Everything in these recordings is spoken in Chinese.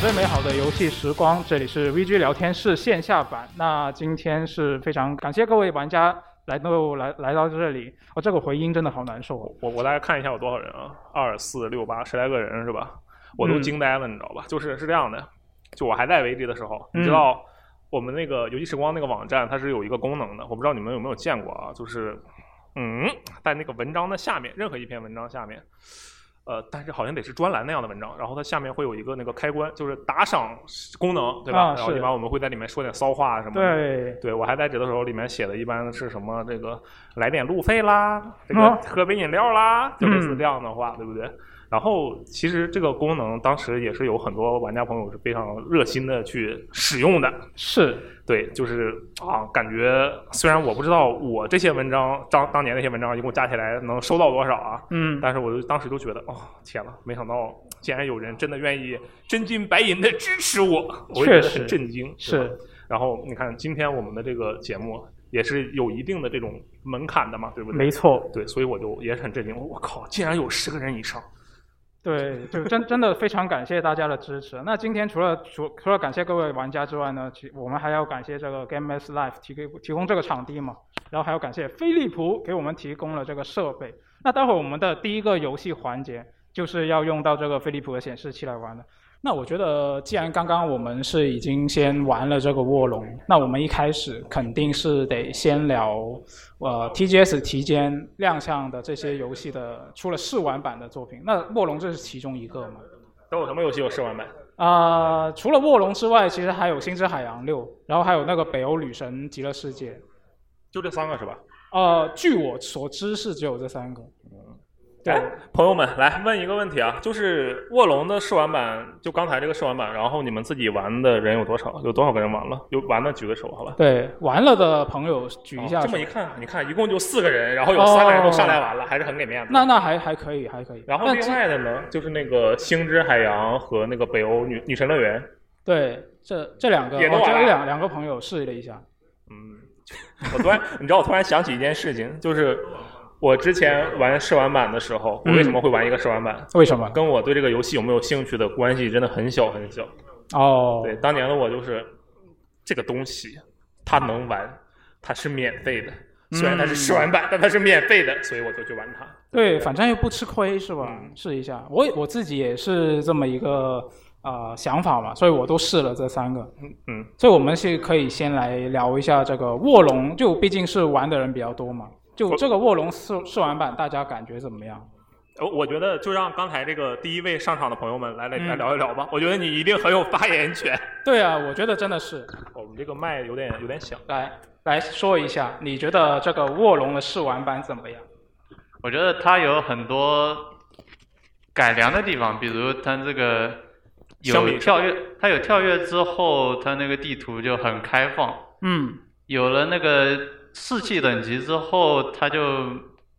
最美好的游戏时光，这里是 VG 聊天室线下版。那今天是非常感谢各位玩家来到来来到这里。哦，这个回音真的好难受哦。我我大概看一下有多少人啊？二四六八十来个人是吧？我都嗯惊呆了，你知道吧？就是是这样的，就我还在维迪的时候，你知嗯道我们那个游戏时光那个网站它是有一个功能的，我不知道你们有没有见过啊？就是嗯，在那个文章的下面，任何一篇文章下面。呃，但是好像得是专栏那样的文章，然后它下面会有一个那个开关，就是打赏功能，对吧？啊然后是一般我们会在里面说点骚话什么的。对，对，我还在职的时候，里面写的一般是什么这个来点路费啦，这个啊喝杯饮料啦，就类似嗯这样的话，对不对？然后其实这个功能当时也是有很多玩家朋友是非常热心的去使用的，是对，就是啊，感觉虽然我不知道我这些文章当当年那些文章一共加起来能收到多少啊，嗯，但是我就当时就觉得，哦，天呐，没想到竟然有人真的愿意真金白银的支持我，我也觉确得实很震惊。是对吧然后你看，今天我们的这个节目也是有一定的这种门槛的嘛，对不对？没错，对，所以我就也是很震惊，我靠，竟然有十个人以上。对，就真真的非常感谢大家的支持。那今天除了除除了感谢各位玩家之外呢，其我们还要感谢这个 Game S Life 提给提供这个场地嘛，然后还要感谢飞利浦给我们提供了这个设备。那待会儿我们的第一个游戏环节就是要用到这个飞利浦的显示器来玩的。那我觉得，既然刚刚我们是已经先玩了这个卧龙，那我们一开始肯定是得先聊，呃，TGS 期间亮相的这些游戏的，除了试玩版的作品，那卧龙这是其中一个嘛？都有什么游戏有试玩版？啊、除了卧龙之外，其实还有《星之海洋六》，然后还有那个《北欧女神极乐世界》。就这三个是吧？呃，据我所知是只有这三个。对哎，朋友们，来问一个问题啊，就是卧龙的试玩版，就刚才这个试玩版，然后你们自己玩的人有多少？有多少个人玩了？有玩的举个手，好吧？对，玩了的朋友举一哦下手、哦这么一看，你看一共就四个人，然后有三个人都上来玩了，还是很给面子。那那还还可以，还可以。然后那另这外的呢，就是那个星之海洋和那个北欧女女神乐园，对这这两个，也弄哦、完这了两两个朋友试了一下。嗯，我突然，你知道，我突然想起一件事情，就是我之前玩试玩版的时候，我为什么会玩一个试玩版？为什么？跟我对这个游戏有没有兴趣的关系真的很小很小。哦，对，当年的我就是这个东西，它能玩，它是免费的，虽然它是试玩版，但它是免费的，所以我就去玩它。对，反正又不吃亏是吧？嗯试一下，我我自己也是这么一个呃想法嘛，所以我都试了这三个。嗯，所以我们是可以先来聊一下这个卧龙，就毕竟是玩的人比较多嘛。就我这个卧龙试试玩版，大家感觉怎么样？我哦我觉得就让刚才这个第一位上场的朋友们来来来嗯聊一聊吧，我觉得你一定很有发言权。对啊，我觉得真的是哦我们这个麦有点有点响，来来说一下，你觉得这个卧龙的试玩版怎么样？我觉得它有很多改良的地方，比如它这个相有比跳跃，它有跳跃之后，它那个地图就很开放。嗯，有了那个士气等级之后，它就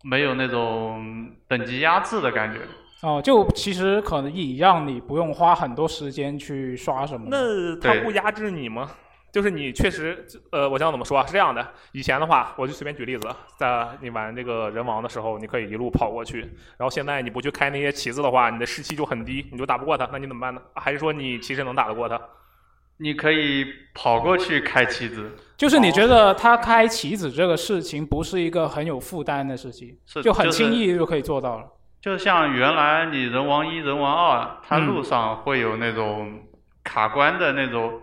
没有那种等级压制的感觉。哦，就其实可以让你不用花很多时间去刷什么的。那他对不压制你吗？就是你确实，呃，我想怎么说啊？是这样的，以前的话，我就随便举例子，啊在你玩这个人王的时候，你可以一路跑过去，然后现在你不去开那些旗子的话，你的士气就很低，你就打不过他，那你怎么办呢？还是说你其实能打得过他？你可以跑过去开旗子，就是你觉得他开棋子哦这个事情不是一个很有负担的事情，是就很就是轻易就可以做到了。就像原来你人王一、人王二，它嗯路上会有那种卡关的那种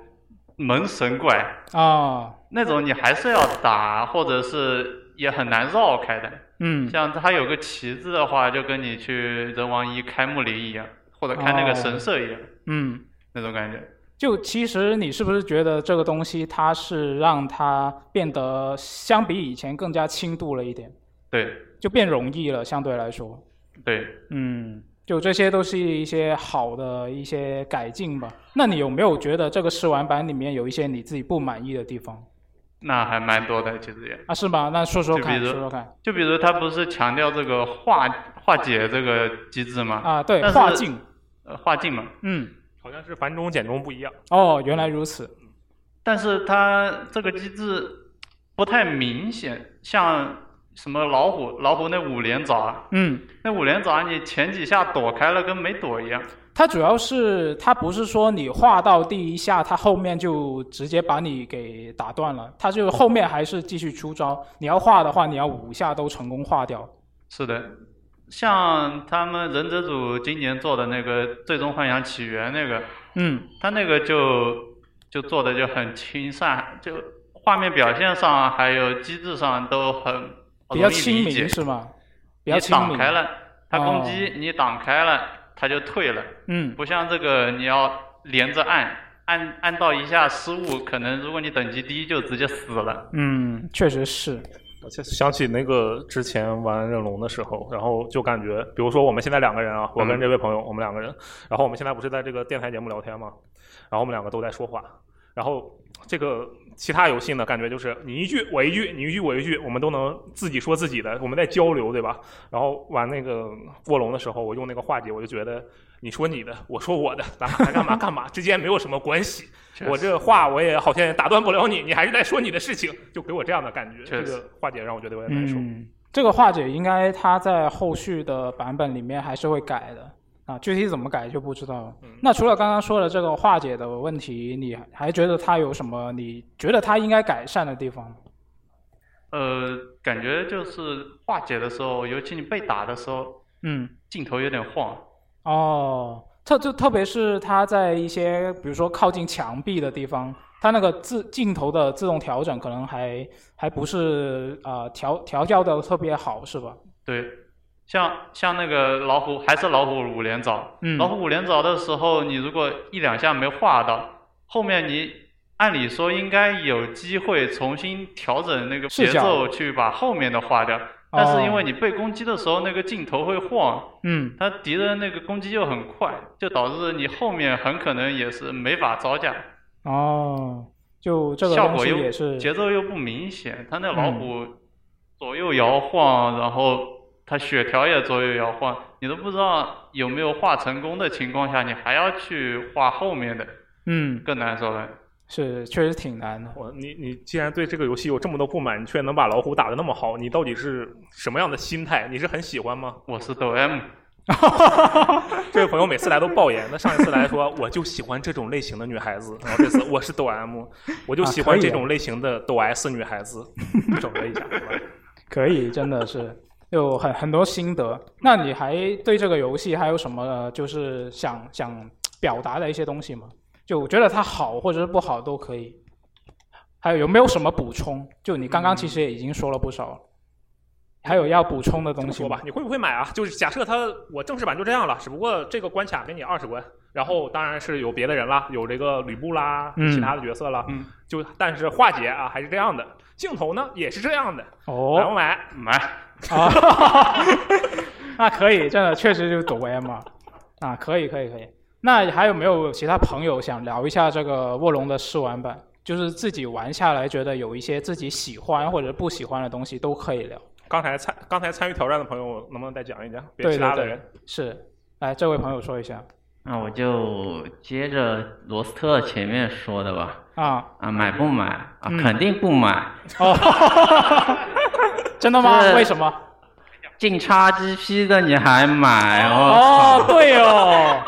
门神怪，啊，那种你还是要打，或者是也很难绕开的。嗯，像它有个旗子的话，就跟你去人王一开木林一样，或者开那哦个神社一样，嗯，那种感觉。就其实你是不是觉得这个东西它是让它变得相比以前更加轻度了一点，对就变容易了，相对来说，对，嗯，就这些都是一些好的一些改进吧。那你有没有觉得这个试玩版里面有一些你自己不满意的地方那还蛮多的，其实也。啊？是吗？那说说就比看，如说说看就比如他不是强调这个化化解这个机制吗？啊，对，但是画境，呃，化境嘛。嗯，好像是繁中简中不一样。哦，原来如此。但是它这个机制不太明显，像什么老虎，老虎那五连砸，嗯，那五连砸你前几下躲开了跟没躲一样。它主要是它不是说你画到第一下，它后面就直接把你给打断了，它就后面还是继续出招。你要画的话，你要五下都成功画掉。是的，像他们忍者组今年做的那个《最终幻想起源》那个，嗯，他那个就就做的就很清善，就画面表现上还有机制上都很比较容易亲哦理解民是吗？比较你亲挡民。开了，他攻哦击、你挡开了，他就退了。嗯不像这个你要连着按，按按到一下失误，可能如果你等级低就直接死了。嗯，确实是。我就想起那个之前玩忍龙的时候，然后就感觉，比如说我们现在两个人啊，我嗯跟这位朋友，我们两个人，然后我们现在不是在这个电台节目聊天嘛，然后我们两个都在说话，然后这个其他游戏呢，感觉就是你一句我一句，你一句我一句，我们都能自己说自己的，我们在交流，对吧？然后玩那个卧龙的时候，我用那个话题，我就觉得你说你的，我说我的，咱俩该 干嘛干嘛，之间没有什么关系。我这话我也好像也打断不了你，你还是在说你的事情，就给我这样的感觉。确这实个化解让我觉得有点难受。嗯，这个化解应该它在后续的版本里面还是会改的啊，具体怎么改就不知道了。嗯那除了刚刚说的这个化解的问题，你还觉得它有什么？你觉得它应该改善的地方吗？呃，感觉就是化解的时候，尤其你被打的时候，嗯，镜头有点晃。哦，特就特别是它在一些比如说靠近墙壁的地方，它那个自镜头的自动调整可能还还不是啊、呃调调教的特别好，是吧？对，像像那个老虎还是老虎五连找，嗯老虎五连找的时候，你如果一两下没画到，后面你按理说应该有机会重新调整那个视节角哦奏去把后面的画掉，但是因为你被攻击的时候那个镜头会晃，嗯，他敌人那个攻击又很快，就导致你后面很可能也是没法招架，哦，就这个效东果西又也是嗯节奏又不明显，他那老虎左右摇晃，然后他血条也左右摇晃，你都不知道有没有画成功的情况下，你还要去画后面的，嗯更难受了。是确实挺难的。我哦你你既然对这个游戏有这么多不满，你却能把老虎打得那么好，你到底是什么样的心态？你是很喜欢吗？我是抖 M， 这位朋友每次来都爆言，那上一次来说我就喜欢这种类型的女孩子，然后这次我是抖 M，我就喜啊可欢以啊这种类型的抖 S 女孩子，整了一下，是吧可以，真的是有很很多心得。那你还对这个游戏还有什么呃就是想想表达的一些东西吗？就我觉得它好或者是不好都可以。还有有没有什么补充？就你刚刚其实也已经说了不少了，还有要嗯补充的这东么西说吗吧，？你会不会买啊？就是假设它我正式版就这样了，只不过这个关卡给你二十关，然后当然是有别的人啦，有这个吕布啦，嗯其他的角色啦，嗯就但是化解啊还是这样的，镜头呢也是这样的，买不哦，买？买，啊， 那可以，真的确实就是抖 M 啊，啊，可以可以可以。那还有没有其他朋友想聊一下这个卧龙的试玩版？就是自己玩下来觉得有一些自己喜欢或者不喜欢的东西都可以聊。刚才参刚才参 与挑战的朋友，能不能再讲一讲？别对其他的对人。是，来这位朋友说一下那我就接着罗斯特前面说的吧。啊，啊，买不买？啊，嗯肯定不买。 真的吗？这为什么？进 XGP 的你还买？哦，我对哦，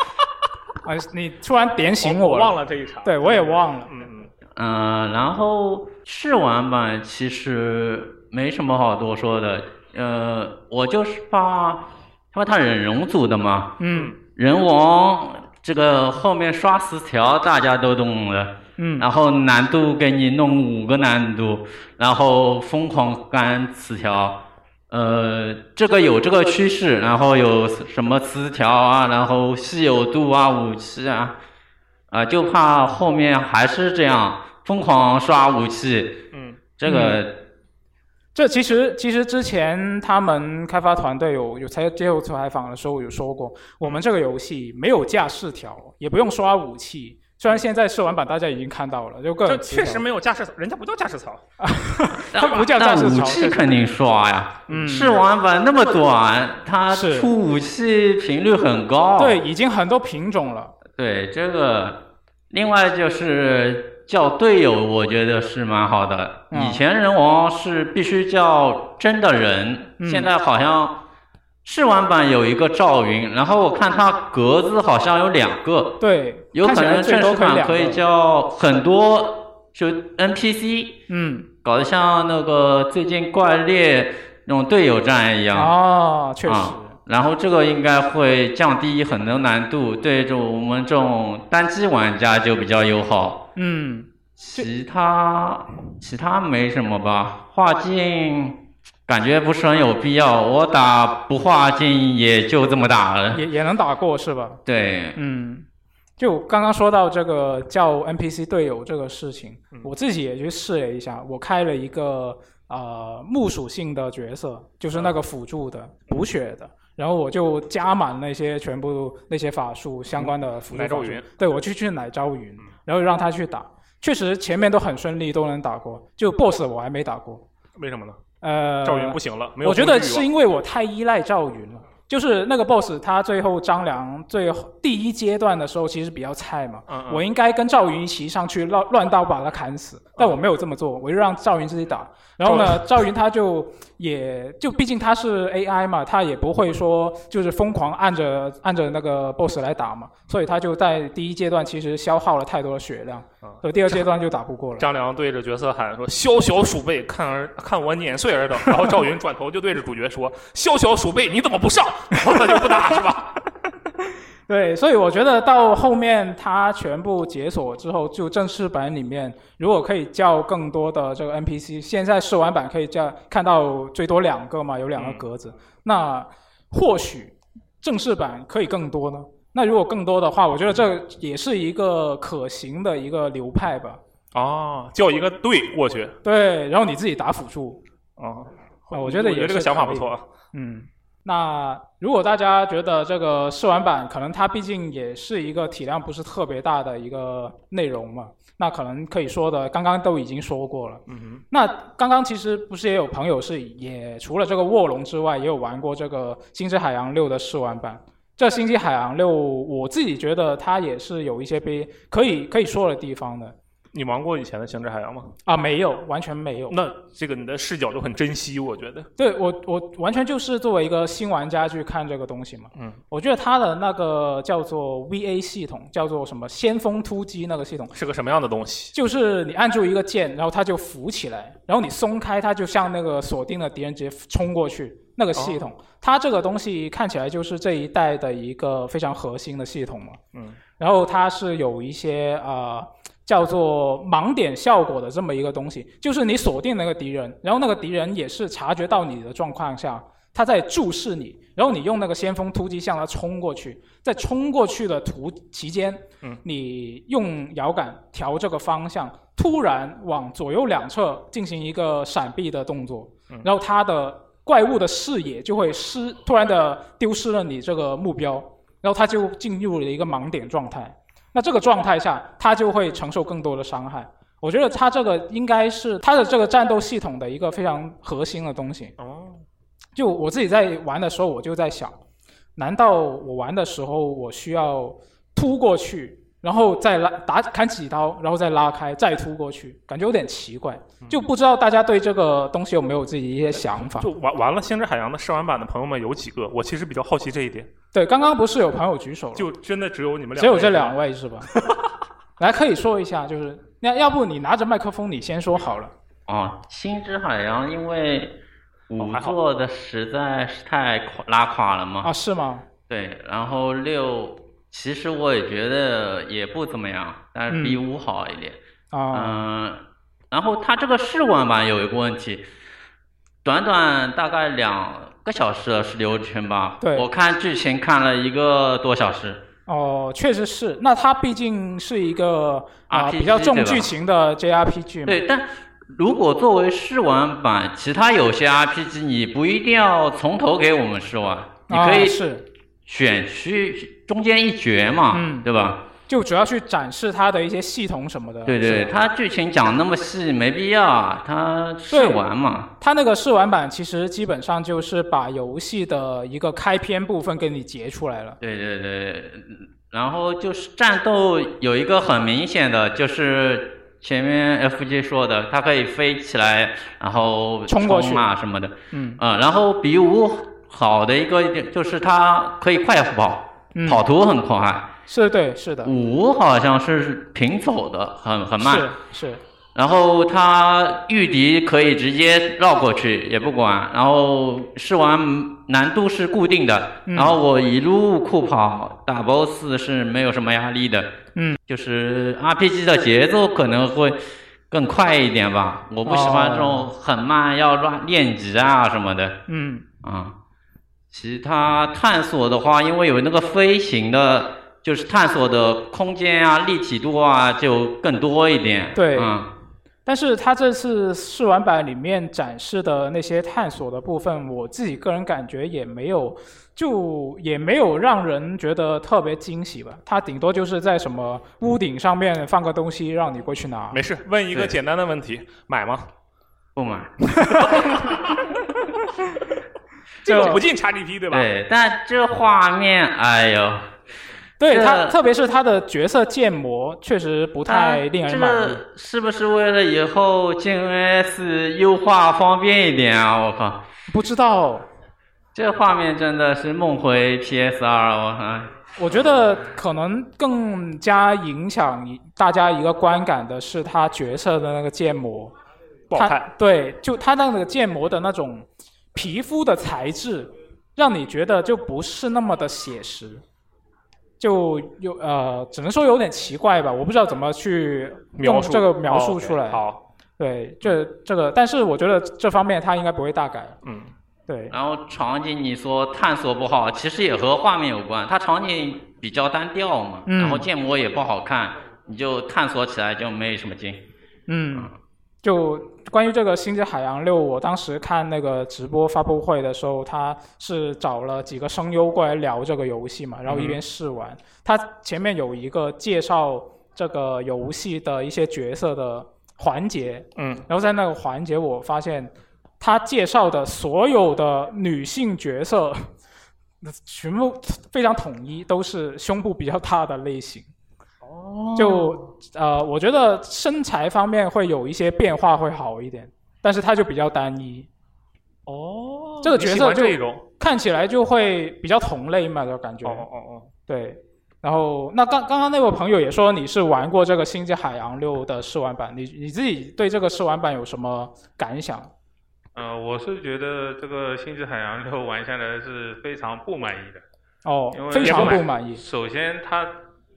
啊，你突然点醒我我忘，了这一场。对我也忘了。嗯，嗯嗯，靠！嗯、然后试玩版其实没什么好多说的。呃，我就是怕，因为他忍容组的嘛，嗯人王这个后面刷十条大家都懂了。嗯然后难度给你弄五个难度，然后疯狂干词条，呃，这个有这个趋势，然后有什么词条啊，然后稀有度啊、武器啊，啊、就怕后面还是这样疯狂刷武器，嗯，这个。这其实其实之前他们开发团队有有才接受采访的时候有说过，我们这个游戏没有架势条，也不用刷武器。虽然现在试玩版大家已经看到了，就各这种词条确实没有驾驶，人家不叫驾驶槽。它啊不叫但战士武潮器肯定刷呀，嗯试玩版那么短，它是出武器频率很哦高。对，已经很多品种了。对这个，另外就是叫队友，我觉得是蛮好的。嗯以前人王是必须叫真的人，嗯现在好像试玩版有一个赵云，然后我看他格子好像有两个，对，有看可起来能最正多式可以版两可以个。叫很多就 NPC，嗯，搞得像那个最近怪猎那种队友战一样。啊，确实啊，然后这个应该会降低很多难度，对这种我们这种单机玩家就比较友好。嗯，其他其他没什么吧，画境感觉不是很有必要。我打不画境也就这么打了。也也能打过是吧？对，嗯，就刚刚说到这个叫 NPC 队友这个事情，嗯我自己也去试了一下，我开了一个呃木属性的角色，就是那个辅助的嗯补血的，然后我就加满那些全部那些法术相关的辅助奶法罩术云，对我去去奶招云，然后让他去打，确实前面都很顺利，都能打过，就 BOSS 我还没打过，为什么呢？呃，赵云不行了，没有我觉攻得击欲是望因为我太依赖赵云了。就是那个 boss，他最后张良最后第一阶段的时候其实比较菜嘛，嗯嗯我应该跟赵云一起上去乱乱刀把他砍死，但我没有这么做，我就让赵云自己打。然后呢，赵云他就也就毕竟他是 AI 嘛，他也不会说就是疯狂按着按着那个 boss 来打嘛，所以他就在第一阶段其实消耗了太多的血量嗯，所以第二阶段就打不过了。张良对着角色喊说：“萧萧鼠辈，看儿看我碾碎尔等。”然后赵云转头就对着主角说：“萧萧鼠辈，你怎么不上？”然后他就不打是吧？对，所以我觉得到后面它全部解锁之后，就正式版里面，如果可以叫更多的这个 NPC，现在试玩版可以叫看到最多两个嘛，有两个嗯格子。那或许正式版可以更多呢？那如果更多的话，我觉得这也是一个可行的一个流派吧。哦，叫一个队过去对，然后你自己打辅助，哦，啊我觉得我也觉得这是个想法可不以错。啊。嗯，那如果大家觉得这个试玩版可能它毕竟也是一个体量不是特别大的一个内容嘛，那可能可以说的刚刚都已经说过了。嗯哼，那刚刚其实不是也有朋友是也除了这个卧龙之外，也有玩过这个《星际海洋六》的试玩版。这《星际海洋六》我自己觉得它也是有一些被可以可以说的地方的你玩过以前的《星之海洋》吗？啊，没有，完全没有。那这个你的视角就很珍惜，我觉得。对我，我完全就是作为一个新玩家去看这个东西嘛。嗯，我觉得它的那个叫做 VA 系统，叫做什么先锋突击那个系统，是个什么样的东西？就是你按住一个键，然后它就浮起来，然后你松开，它就像那个锁定的敌人直接冲过去。那个系统，哦它这个东西看起来就是这一代的一个非常核心的系统嘛。嗯，然后它是有一些呃叫做盲点效果的这么一个东西，就是你锁定那个敌人，然后那个敌人也是察觉到你的状况下，他在注视你，然后你用那个先锋突击向他冲过去，在冲过去的途期间，嗯你用摇杆调这个方向，突然往左右两侧进行一个闪避的动作，嗯然后它的怪物的视野就会失，突然的丢失了你这个目标，然后它就进入了一个盲点状态。那这个状态下，它就会承受更多的伤害。我觉得它这个应该是它的这个战斗系统的一个非常核心的东西。哦，就我自己在玩的时候，我就在想，难道我玩的时候我需要突过去，然后再拉打砍几刀，然后再拉开，再突过去，感觉有点奇怪。嗯就不知道大家对这个东西有没有自己一些想法？就玩玩了《星之海洋》的试玩版的朋友们有几个？我其实比较好奇这一点，对，刚刚不是有朋友举手了，就真的只有你们俩，只有这两位是吧？来，可以说一下，就是那要不你拿着麦克风，你先说好了。哦，星之海洋因为五还好做的实在是太垮拉垮了嘛啊，，是吗？对，然后六其实我也觉得也不怎么样，但是比五好一点。啊，嗯、然后它这个试玩版有一个问题，短短大概两个小时的流程吧，对我看剧情看了一个多小时。哦，确实是。那它毕竟是一个啊、 RPG 比较重对吧剧情的 JRPG 嘛。对，但如果作为试玩版，其他有些 RPG 你不一定要从头给我们试玩，你啊可以是选区中间一角嘛，嗯对吧？就主要去展示它的一些系统什么的。对对，是吧它剧情讲那么细没必要啊，它试玩嘛。它那个试玩版其实基本上就是把游戏的一个开篇部分给你截出来了。对对嗯对，然后就是战斗有一个很明显的，就是前面 FJ 说的，它可以飞起来，然后冲过去啊什么的，嗯啊、然后比武好的一个一点就是它可以快跑，嗯，跑图很快，是对，是的，五好像是平走的，很很慢，是是，然后它御敌可以直接绕过去，也不管。然后试玩难度是固定的，嗯然后我一路酷跑打 BOSS 是没有什么压力的。嗯，就是 RPG 的节奏可能会更快一点吧。我不喜欢这种很慢要乱练级啊什么的嗯啊、其他探索的话，因为有那个飞行的。就是探索的空间啊、立体度啊，就更多一点。对嗯，但是它这次试玩版里面展示的那些探索的部分，我自己个人感觉也没有，就也没有让人觉得特别惊喜吧。它顶多就是在什么屋顶上面放个东西让你过去拿。 没事，问一个对简单的问题，买吗？不买。这个不进 XGP 对吧？对，但这画面，哎呦，对这它，特别是它的角色建模确实不太令人这满意。个是不是为了以后 GNS 优化方便一点啊？我靠，不知道，这画面真的是梦回 PS 二，啊我靠。我觉得可能更加影响大家一个观感的是它角色的那个建模。不好它看。对，就它那个建模的那种皮肤的材质，让你觉得就不是那么的写实，就有呃，只能说有点奇怪吧。我不知道怎么去描用述这个描述哦出来。好，对，这这个，但是我觉得这方面它应该不会大改。嗯，对，然后场景你说探索不好，其实也和画面有关，它场景比较单调嘛，嗯然后建模也不好看，你就探索起来就没什么劲。嗯，就关于这个《星际海洋六》，我当时看那个直播发布会的时候，他是找了几个声优过来聊这个游戏嘛，然后一边试玩，他前面有一个介绍这个游戏的一些角色的环节，嗯，然后在那个环节我发现他介绍的所有的女性角色。 全部非常统一，都是胸部比较大的类型。哦就呃，我觉得身材方面会有一些变化会好一点，但是它就比较单一，哦这个角色就这种，看起来就会比较同类嘛的感觉。哦哦哦对，然后那刚刚刚那位朋友也说你是玩过这个《星际海洋六》的试玩版，你你自己对这个试玩版有什么感想？呃，我是觉得这个《星际海洋六》玩下来是非常不满意的。哦因，为非常也不不满意首先，它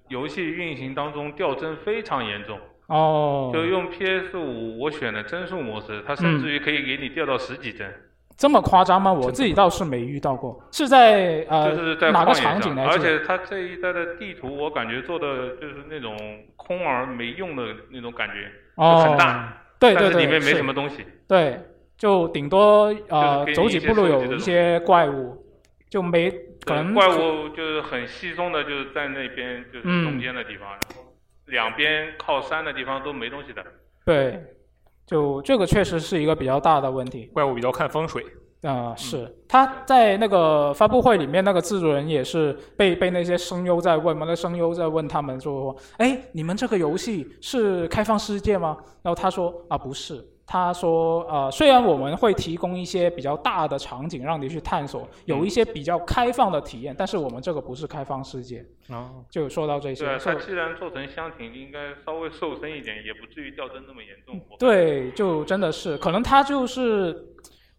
游戏运行当中掉帧非常严重，哦，嗯就用 PS 五我选的帧数模式，它甚至于可以给你掉到十几帧，这么夸张吗？我自己倒是没遇到过，是在呃就是在哪个旷场野景上。来着？而且它这一代的地图，我感觉做的就是那种空而没用的那种感觉，哦，就很大，对对但是对，里面没是什么东西。对，就顶多呃就是给你走几步路一些设计这有种一些怪物，就没可对能怪物就是很稀松的，就是在那边就是嗯中间的地方，然后两边靠山的地方都没东西的。对，就这个确实是一个比较大的问题。怪物比较看风水，嗯啊、是他在那个发布会里面，那个制作人也是被被那些声优在问嘛，那声优在问他们说：“哎，你们这个游戏是开放世界吗？”然后他说：“啊，不是。”他说：“呃，虽然我们会提供一些比较大的场景让你去探索，嗯有一些比较开放的体验，但是我们这个不是开放世界。”哦，就说到这些对啊，，是它既然做成箱庭，应该稍微瘦身一点，也不至于掉帧那么严重。我对，就真的是，可能他就是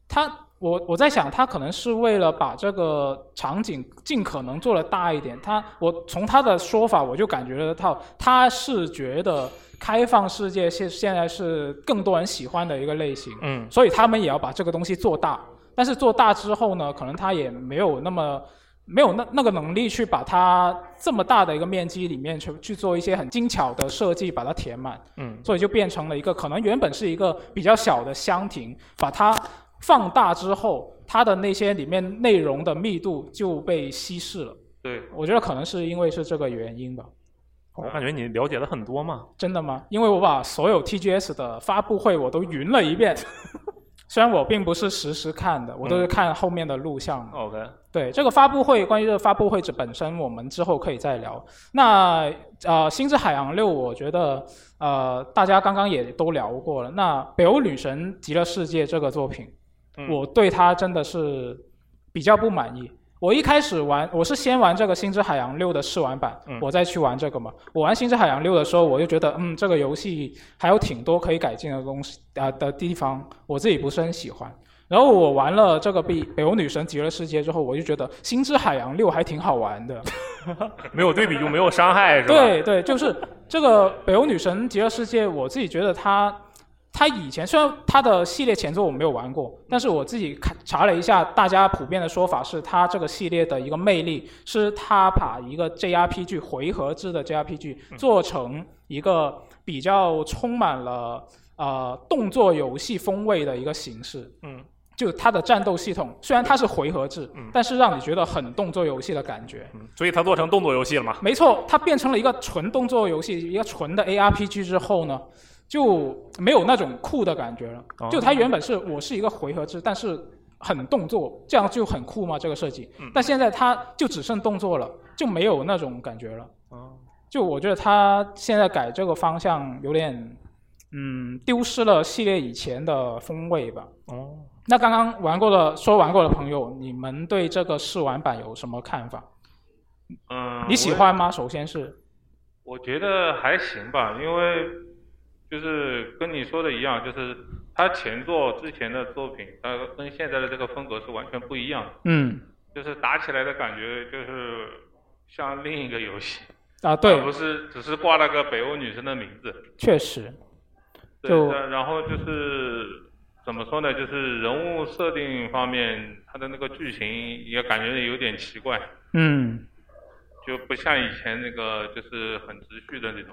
他，我我在想，他可能是为了把这个场景尽可能做的大一点。他，我从他的说法，我就感觉得到，他是觉得开放世界现现在是更多人喜欢的一个类型，嗯，所以他们也要把这个东西做大。但是做大之后呢，可能他也没有那么。没有那那个能力去把它这么大的一个面积里面去去做一些很精巧的设计，把它填满。嗯，所以就变成了一个可能原本是一个比较小的箱庭，把它放大之后，它的那些里面内容的密度就被稀释了。对， 我觉得可能是因为是这个原因吧。我感觉你了解的很多嘛， 真的吗？因为我把所有 TGS 的发布会我都云了一遍，虽然我并不是实时看的，我都是看后面的录像嘛。嗯 OK，对这个发布会，关于这个发布会这本身，我们之后可以再聊。那呃，《星之海洋六》，我觉得呃，大家刚刚也都聊过了。那《北欧女神极乐世界》这个作品，嗯我对它真的是比较不满意。我一开始玩，我是先玩这个《星之海洋六》的试玩版，嗯我再去玩这个嘛。我玩《星之海洋六》的时候，我就觉得，嗯，这个游戏还有挺多可以改进的东西啊、的地方，我自己不是很喜欢。然后我玩了这个《北北欧女神极乐世界》之后，我就觉得《星之海洋六》还挺好玩的。没有对比就没有伤害是吧？对对，就是这个《北欧女神极乐世界》，我自己觉得它，它以前虽然它的系列前作我没有玩过，但是我自己看查了一下，大家普遍的说法是，它这个系列的一个魅力是它把一个 JRPG 回合制的 JRPG 嗯做成一个比较充满了呃动作游戏风味的一个形式。嗯，就它的战斗系统虽然它是回合制，嗯但是让你觉得很动作游戏的感觉。嗯，所以它做成动作游戏了嘛？没错，它变成了一个纯动作游戏，一个纯的 ARPG 之后呢，就没有那种酷的感觉了哦。就它原本是我是一个回合制，但是很动作，这样就很酷嘛这个设计嗯。但现在它就只剩动作了，就没有那种感觉了。嗯哦就我觉得它现在改这个方向有点，嗯，丢失了系列以前的风味吧。哦，那刚刚玩过的说玩过的朋友，你们对这个试玩版有什么看法？嗯，啊你喜我欢吗？首先是。我觉得还行吧，因为就是跟你说的一样，就是他前作之前的作品，它跟现在的这个风格是完全不一样的，嗯，就是打起来的感觉就是像另一个游戏，啊，对而，不是只是挂了个北欧女神的名字。确实，对，就那然后就是怎么说呢，就是人物设定方面，它的那个剧情也感觉有点奇怪，嗯，就不像以前那个就是很直叙的那种。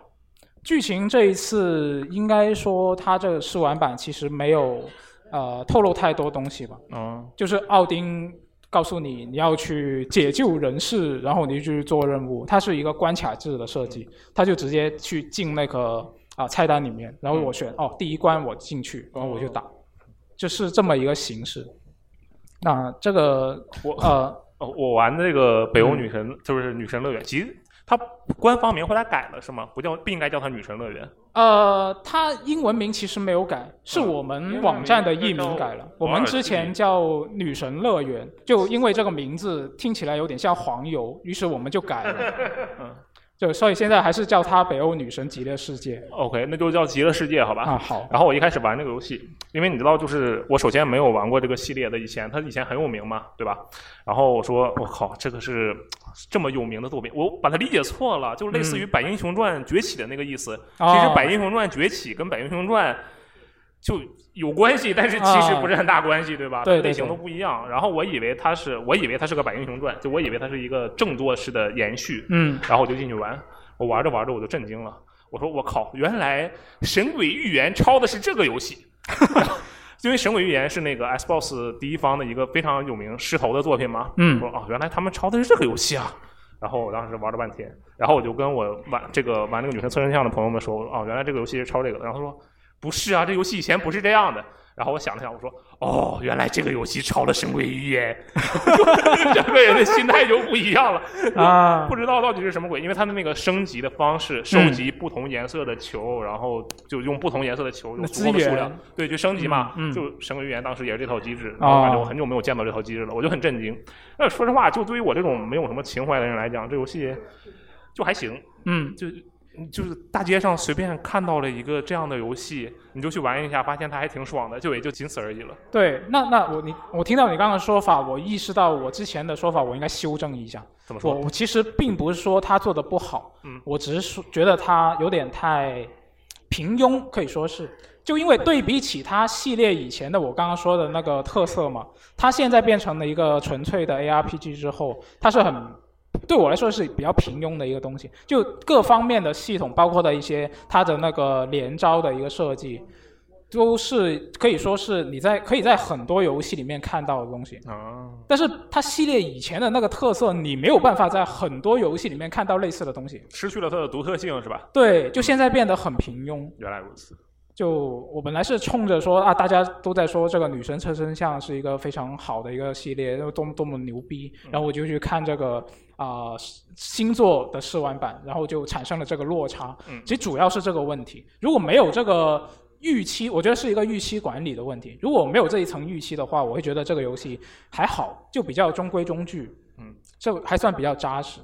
剧情这一次应该说它这个试玩版其实没有呃透露太多东西吧，嗯，就是奥丁告诉你你要去解救人士，然后你就去做任务，它是一个关卡制的设嗯计，它就直接去进那个啊、菜单里面，然后嗯我选、哦第一关我进去，然后哦我就打，就是这么一个形式。那这个我呃哦我玩的这个北嗯欧女神、就是女神乐园，其实它官方名后来改了是吗？不叫不应该叫它女神乐园。呃，它英文名其实没有改，是嗯我们网站的译名改了。我英们文名就叫之前叫女神乐园，就因为这个名字听起来有点像黄油，于是我们就改 了。嗯就所以现在还是叫它北欧女神极乐世界 OK，那就叫极乐世界好吧？啊。好，然后我一开始玩这个游戏，因为你知道，就是我首先没有玩过这个系列的，以前它以前很有名嘛，对吧？然后我说，我靠，这个是这么有名的作品，我把它理解错了，就类似于《百英雄传崛起》的那个意思。其嗯实哦《百英雄传崛起》跟《百英雄传》就有关系，但是其实啊不是很大关系，对吧？对对类型都不一样。然后我以为它是，我以为它是个《百英雄传》，就我以为它是一个正作式的延续，嗯，然后我就进去玩，我玩着玩着我就震惊了，我说我靠，原来《神鬼预言》抄的是这个 游戏，因为《神鬼预言》是那个 Xbox 第一方的一个非常有名狮头的作品嘛，嗯我说哦，原来他们抄的是这个游戏啊。然后我当时玩了半天，然后我就跟我玩这个玩那个女生测身像的朋友们说，哦，原来这个游戏是抄这个的。然后他说不是啊，这游戏以前不是这样的。然后我想了想，我说哦，原来这个游戏抄了《神鬼预言》，整个人的心态就不一样了。 啊嗯不知道到底是什么鬼，因为它的那个升级的方式，收集不同颜色的球，然后就用不同颜色的球有足够资的源数量，对，就升级嘛。嗯嗯就《神鬼预言》当时也是这套机制，哦然后反正我很久没有见到这套机制了，我就很震惊。那说实话，就对于我这种没有什么情怀的人来讲，这游戏就还行，嗯就。就是大街上随便看到了一个这样的游戏，你就去玩一下，发现它还挺爽的，就也就仅此而已了。对，那那我你我听到你刚刚的说法，我意识到我之前的说法，我应该修正一下。怎么我说？我其实并不是说他做的不好，嗯我只是说觉得他有点太平庸，可以说是。就因为对比起他系列以前的我刚刚说的那个特色嘛，他现在变成了一个纯粹的 ARPG 之后，它是很对我来说是比较平庸的一个东西。就各方面的系统，包括的一些它的那个连招的一个设计，都是可以说是你在可以在很多游戏里面看到的东西。啊，但是它系列以前的那个特色，你没有办法在很多游戏里面看到类似的东西。失去了它的独特性是吧？对，就现在变得很平庸。原来如此。就我本来是冲着说啊，大家都在说这个《女神车身像》是一个非常好的一个系列，然后多么多么牛逼，然后我就去看这个啊、呃星座的试玩版，然后就产生了这个落差。嗯其实主要是这个问题，如果没有这个预期，我觉得是一个预期管理的问题。如果没有这一层预期的话，我会觉得这个游戏还好，就比较中规中矩，嗯，这还算比较扎实。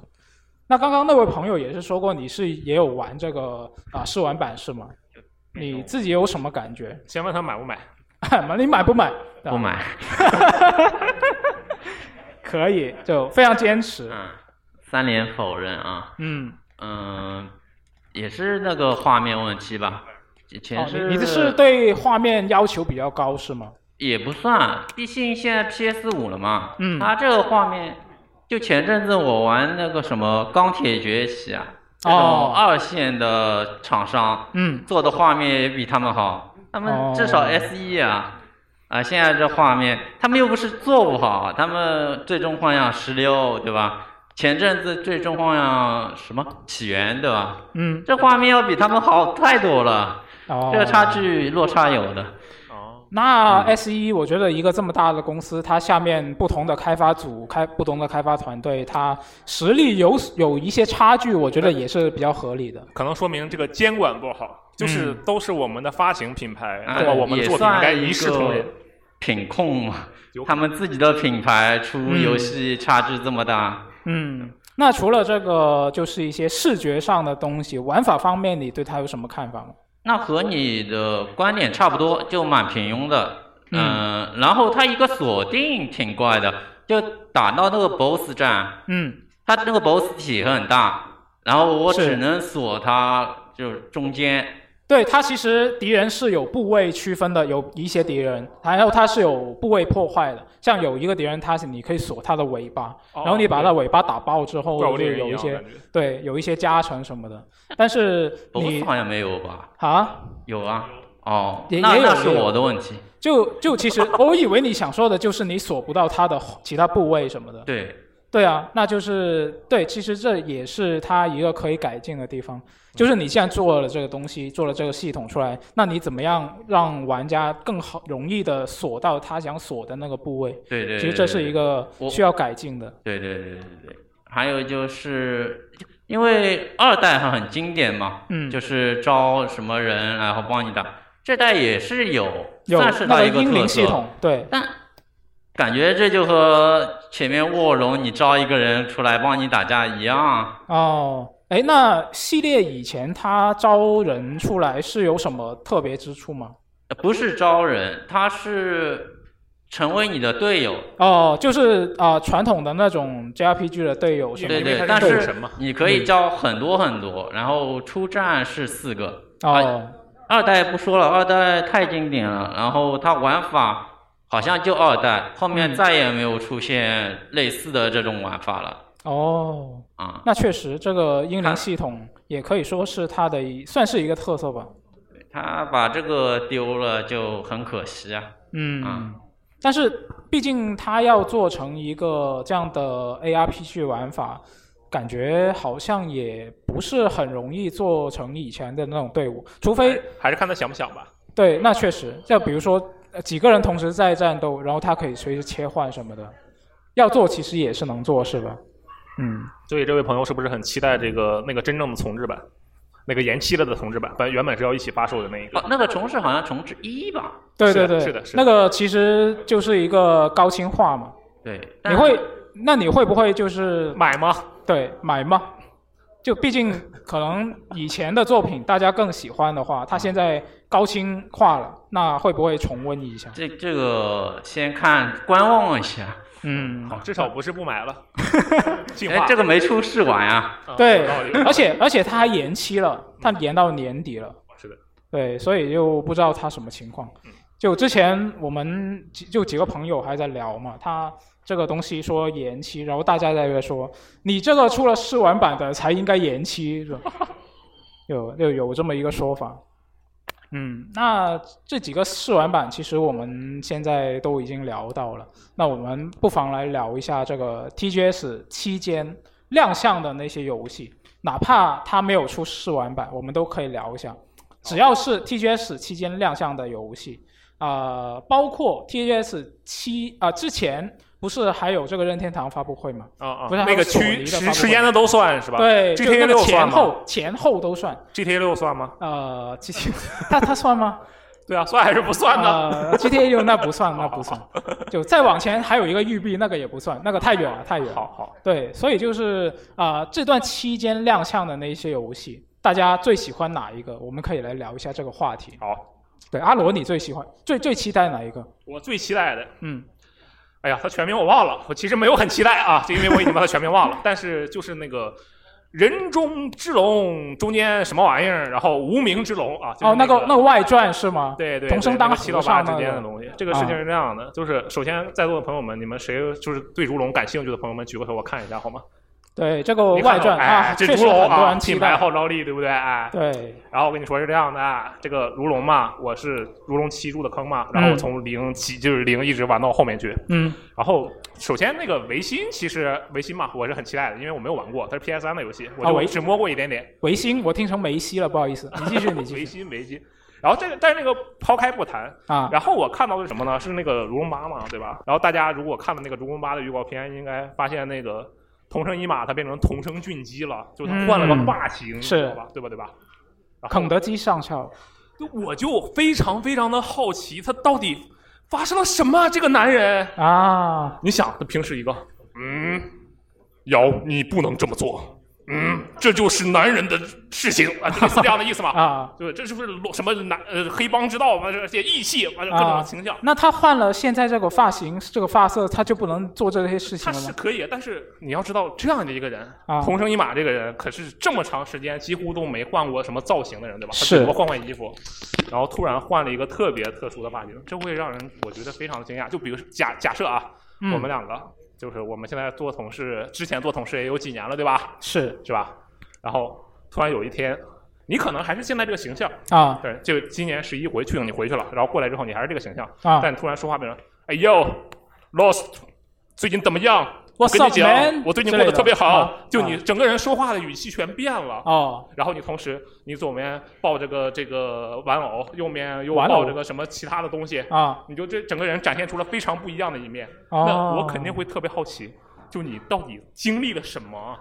那刚刚那位朋友也是说过，你是也有玩这个啊、试玩版是吗？你自己有什么感觉？先问他买不买？ 你买不买？啊不买，可以，就非常坚持。嗯，三连否认啊，嗯，嗯，也是那个画面问题吧，以前哦，是、你你是对画面要求比较高是吗？也不算，毕竟现在 PS 五了嘛，嗯它这个画面，就前阵子我玩那个什么《钢铁崛起》啊，这种哦二线的厂商嗯，做的画面也比他们好，他们至少哦 SE 啊，啊，现在这画面，他们又不是做不好，啊他们最终幻想十六对吧？前阵子最终幻想什么起源对吧？嗯，这画面要比他们好太多了，哦，这个差。距落差有的。嗯哦，那 S 一，我觉得一个这么大的公司，它下面不同的开发组、开不同的开发团队，它实力有有一些差距，我觉得也是比较合理的。可能说明这个监管不好，就是都是我们的发行品牌，那么啊我们嗯的也作品应该算一视同仁。品控嘛有，他们自己的品牌出嗯游戏差距这么大，嗯，那除了这个，就是一些视觉上的东西，玩法方面，你对它有什么看法吗？那和你的观点差不多，就蛮平庸的。嗯嗯，然后它一个锁定挺怪的，就打到那个 BOSS 战，嗯，它那个 BOSS 体很大，然后我是只能锁它就是中间，对，它其实敌人是有部位区分的，有一些敌人，然后它是有部位破坏的，像有一个敌人，它是你可以锁它的尾巴，然后你把它尾巴打爆之后，哦怪物就猎人有一样些感觉对有一些加成什么的。但是 BOSS 你好像没有吧？啊，有啊，哦，也那也有那是也有我的问题，就就其实我以为你想说的就是你锁不到它的其他部位什么的。对，对啊，那就是对，其实这也是它一个可以改进的地方，就是你既然做了这个东西，做了这个系统出来，那你怎么样让玩家更好、容易的锁到他想锁的那个部位？对对，其实这是一个。个我需要改进的。对对对对对，还有就是因为二代还很经典嘛，嗯就是招什么人然后帮你打，这代也是有，有算是那它个一个英特灵系色，嗯统，对，但感觉这就和前面卧龙你招一个人出来帮你打架一样，啊哦，哎，那系列以前它招人出来是有什么特别之处吗？呃不是招人，他是成为你的队友，哦，就是啊、传统的那种 JRPG 的队友是吗？对因为对它，但斗是神嘛你可以招很多很多，然后出战是四个。啊哦，二代不说了，二代太经典了，然后它玩法好像就二代，后嗯面再也没有出现类似的这种玩法了哦。啊、那确实，这个英灵看系统也可以说是它的一算是一个特色吧。它把这个丢了就很可惜啊。嗯，嗯但是毕竟它要做成一个这样的 ARPG 玩法，感觉好像也不是很容易做成以前的那种队伍，除非还是看他想不想吧。对，那确实，就比如说呃几个人同时在战斗，然后它可以随时切换什么的，要做其实也是能做，是吧？嗯，所以这位朋友是不是很期待这个那个真正的重置版，那个延期了的重置版，本原本是要一起发售的那一哦个，，那个重置好像重置一吧？对是对的对，是的是的那个其实就是一个高清化嘛。对，但你会，那你会不会就是买吗？对买吗？就毕竟可能以前的作品大家更喜欢的话，它现在高清化了，那会不会重温一下？这这个先看观望一下。嗯，好，至少不是不 买了。进哎化，，这个没出试玩啊，啊对有道理，而且而且它还延期了，它延到年底了。是的，对，所以就不知道他什么情况。就之前我们几就几个朋友还在聊嘛，他这个东西说延期，然后大家在那说你这个出了试玩版的才应该延期，是吧？ 有就有这么一个说法。嗯，那这几个试玩版其实我们现在都已经聊到了，那我们不妨来聊一下这个 TGS 期间亮相的那些游戏，哪怕它没有出试玩版，我们都可以聊一下。只要是 TGS 期间亮相的游戏，啊、包括 TGS 七啊、之前不是还有这个任天堂发布会吗？啊啊，不是还那有个索尼区的发时布时会间的都算是吧？对，就，GTA 那个六算前吗后前后都算。 ？GTA 六算吗？呃，GTA 它它 算吗？对啊，算还是不算呢？呃，GTA 六那不算，那不算。就再往前还有一个育碧，那个也不算，那个太远了，太远了。好好，对，所以就是啊、这段期间亮相的那一些游戏，大家最喜欢哪一个？我们可以来聊一下这个话题。好，对，阿罗，你最喜欢、最最期待哪一个？我最期待的，嗯，哎呀，他全名我忘了，我其实没有很期待啊，就因为我已经把他全名忘了，但是就是那个。人中之龙中间什么玩意儿？然后无名之龙啊，就是哦，那个个那个外传是吗？对对，同声当七到和八尚之那间的个。啊东西。这个事情是这样的，就是首先在座的朋友们，你们谁就是对如龙感兴趣的朋友们，举个手，我看一下好吗？对，这个你看外传哎啊，这确如实龙很多啊，人期品牌待。号召力，对不对？哎，对，然后我跟你说是这样的啊，这个如龙嘛，我是如龙七入的坑嘛，然后我嗯从零七就是零一直玩到后面去。嗯，然后首先那个维新，其实维新嘛，我是很期待的，因为我没有玩过，它是 PS 三的游戏，我啊就维只摸过一点点。维新，我听成梅西了，不好意思，你继 续，你继维续新维新，然后这个但是那个抛开不谈，啊。然后我看到的是什么呢？是那个《如龙八》嘛，对吧？然后大家如果看了那个《如龙八》的预告片，应该发现那个桐生一马他变成桐生俊基了，就他换了个嗯发型，是知道吧？对吧？对吧？然后肯德基上校，我就非常非常的好奇，他到底发生了什么？这个男人，啊，你想，他平时一个，嗯，瑶，你不能这么做，嗯，这就是男人的事情啊，就类似这样的意思嘛。啊，对，这是不是裸什么男呃黑帮之道嘛？这些义气，完了各种啊形象。那他换了现在这个发型、这个发色，他就不能做这些事情他了是吗？可以，但是你要知道，这样的一个人，啊同生一马这个人，可是这么长时间几乎都没换过什么造型的人，对吧？他是顶多换换衣服，然后突然换了一个特别特殊的发型，这会让人我觉得非常的惊讶。就比如说假假设啊，嗯我们两个就是我们现在做同事，之前做同事也有几年了，对吧？是是吧？然后突然有一天，你可能还是现在这个形象，啊对，就今年十一回去了，你回去了，然后过来之后你还是这个形象，啊但突然说话变成，哎呦，Lost，最近怎么样？我 What's 跟你 up, 讲 man？，我最近之过得类的特别好啊，就啊你整个人说话的语气全变了。哦，然后你同时，你左面抱着个这个玩偶，右面又玩抱偶着个什么其他的东西，啊你就这整个人展现出了非常不一样的一面。哦那我肯定会特别好奇，就你到底经历了什么？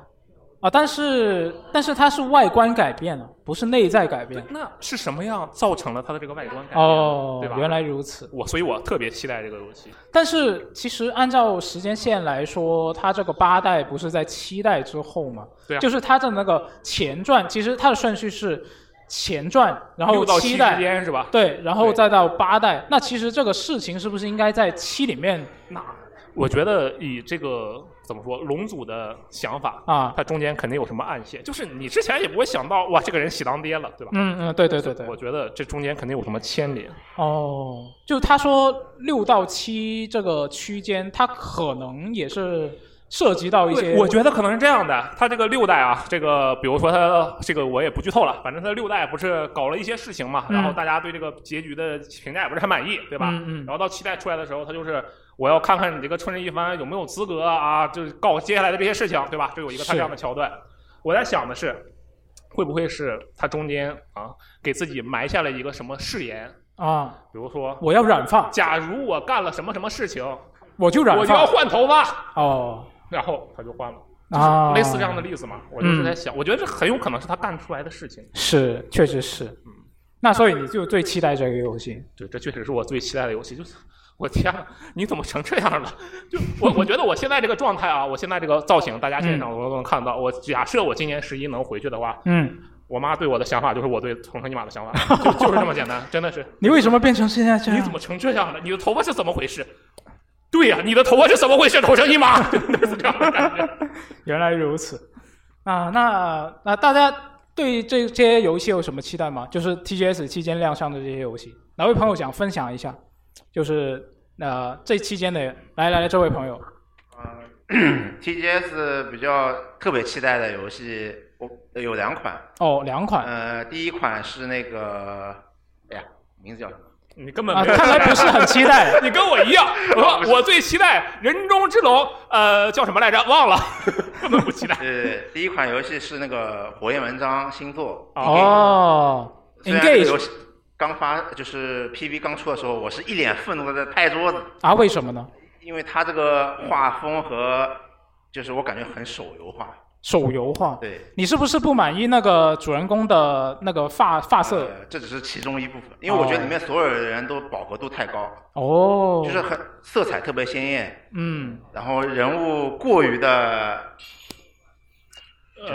啊！但是但是它是外观改变了，不是内在改变。那是什么样造成了他的这个外观改变？哦对吧，原来如此。我所以，我特别期待这个游戏。但是其实按照时间线来说，它这个八代不是在七代之后嘛？对啊就是它的那个前传，其实它的顺序是前传，然后六到七七代之，间是吧？对，然后对再到八代。那其实这个事情是不是应该在七里面那我觉得以这个怎么说，龙组的想法，啊？它中间肯定有什么暗线，就是你之前也不会想到，哇，这个人喜当爹了，对吧？嗯嗯，对对对对我。觉得这中间肯定有什么牵连。哦，就他说六到七这个区间，他可能也是涉及到一些，我觉得可能是这样的，他这个六代啊，这个比如说他这个我也不剧透了，反正他六代不是搞了一些事情嘛，嗯然后大家对这个结局的评价也不是很满意，对吧？嗯嗯然后到七代出来的时候，他就是我要看看你这个春日一番有没有资格啊，就是告接下来的这些事情，对吧？就有一个他是这样的桥段。我在想的是，会不会是他中间啊给自己埋下了一个什么誓言？啊，比如说，我要染发，假如我干了什么什么事情，我就染我就要发换头发，哦然后他就换了。啊，嗯类似这样的例子嘛，我就是在想，我觉得这很有可能是他干出来的事情。是，确实是。那所以你就最期待这个游戏对，这确实是我最期待的游戏。就是我天啊，你怎么成这样了？就我我觉得我现在这个状态啊，我现在这个造型，大家现场都能看到。我假设我今年十一能回去的话，嗯，我妈对我的想法就是我对同生一马的 想法，就就是这么简单，真的是。你为什么变成现在这样？你怎么成这样了？你的头发是怎么回事？对呀、你的头发是怎么回事？同生一马，就是这样的感觉。原来如此啊！那那大家对这些游戏有什么期待吗？就是 TGS 期间亮相的这些游戏，哪位朋友想分享一下？就是呃，这期间的，来来来，这位朋友，嗯 TGS 比较特别期待的游戏，我呃有两款，哦，两款呃，第一款是那个，哎呀，名字叫什么？你根本啊，没有看来不是很期待 你跟我 一样，我哦说我最期待《人中之龙》，呃，叫什么来着？忘了，根本不期待。呃，第一款游戏是那个《火焰纹章》星座，哦哦。虽然这个 Engage 游戏刚发，就是 PV 刚出的时候，我是一脸愤怒的在拍桌子，啊？为什么呢？因为它这个画风和就是我感觉很手游化。手游化。对，你是不是不满意那个主人公的那个发发色？呃，这只是其中一部分，因为我觉得里面所有人都饱和度太高，哦，就是很色彩特别鲜艳，嗯，然后人物过于的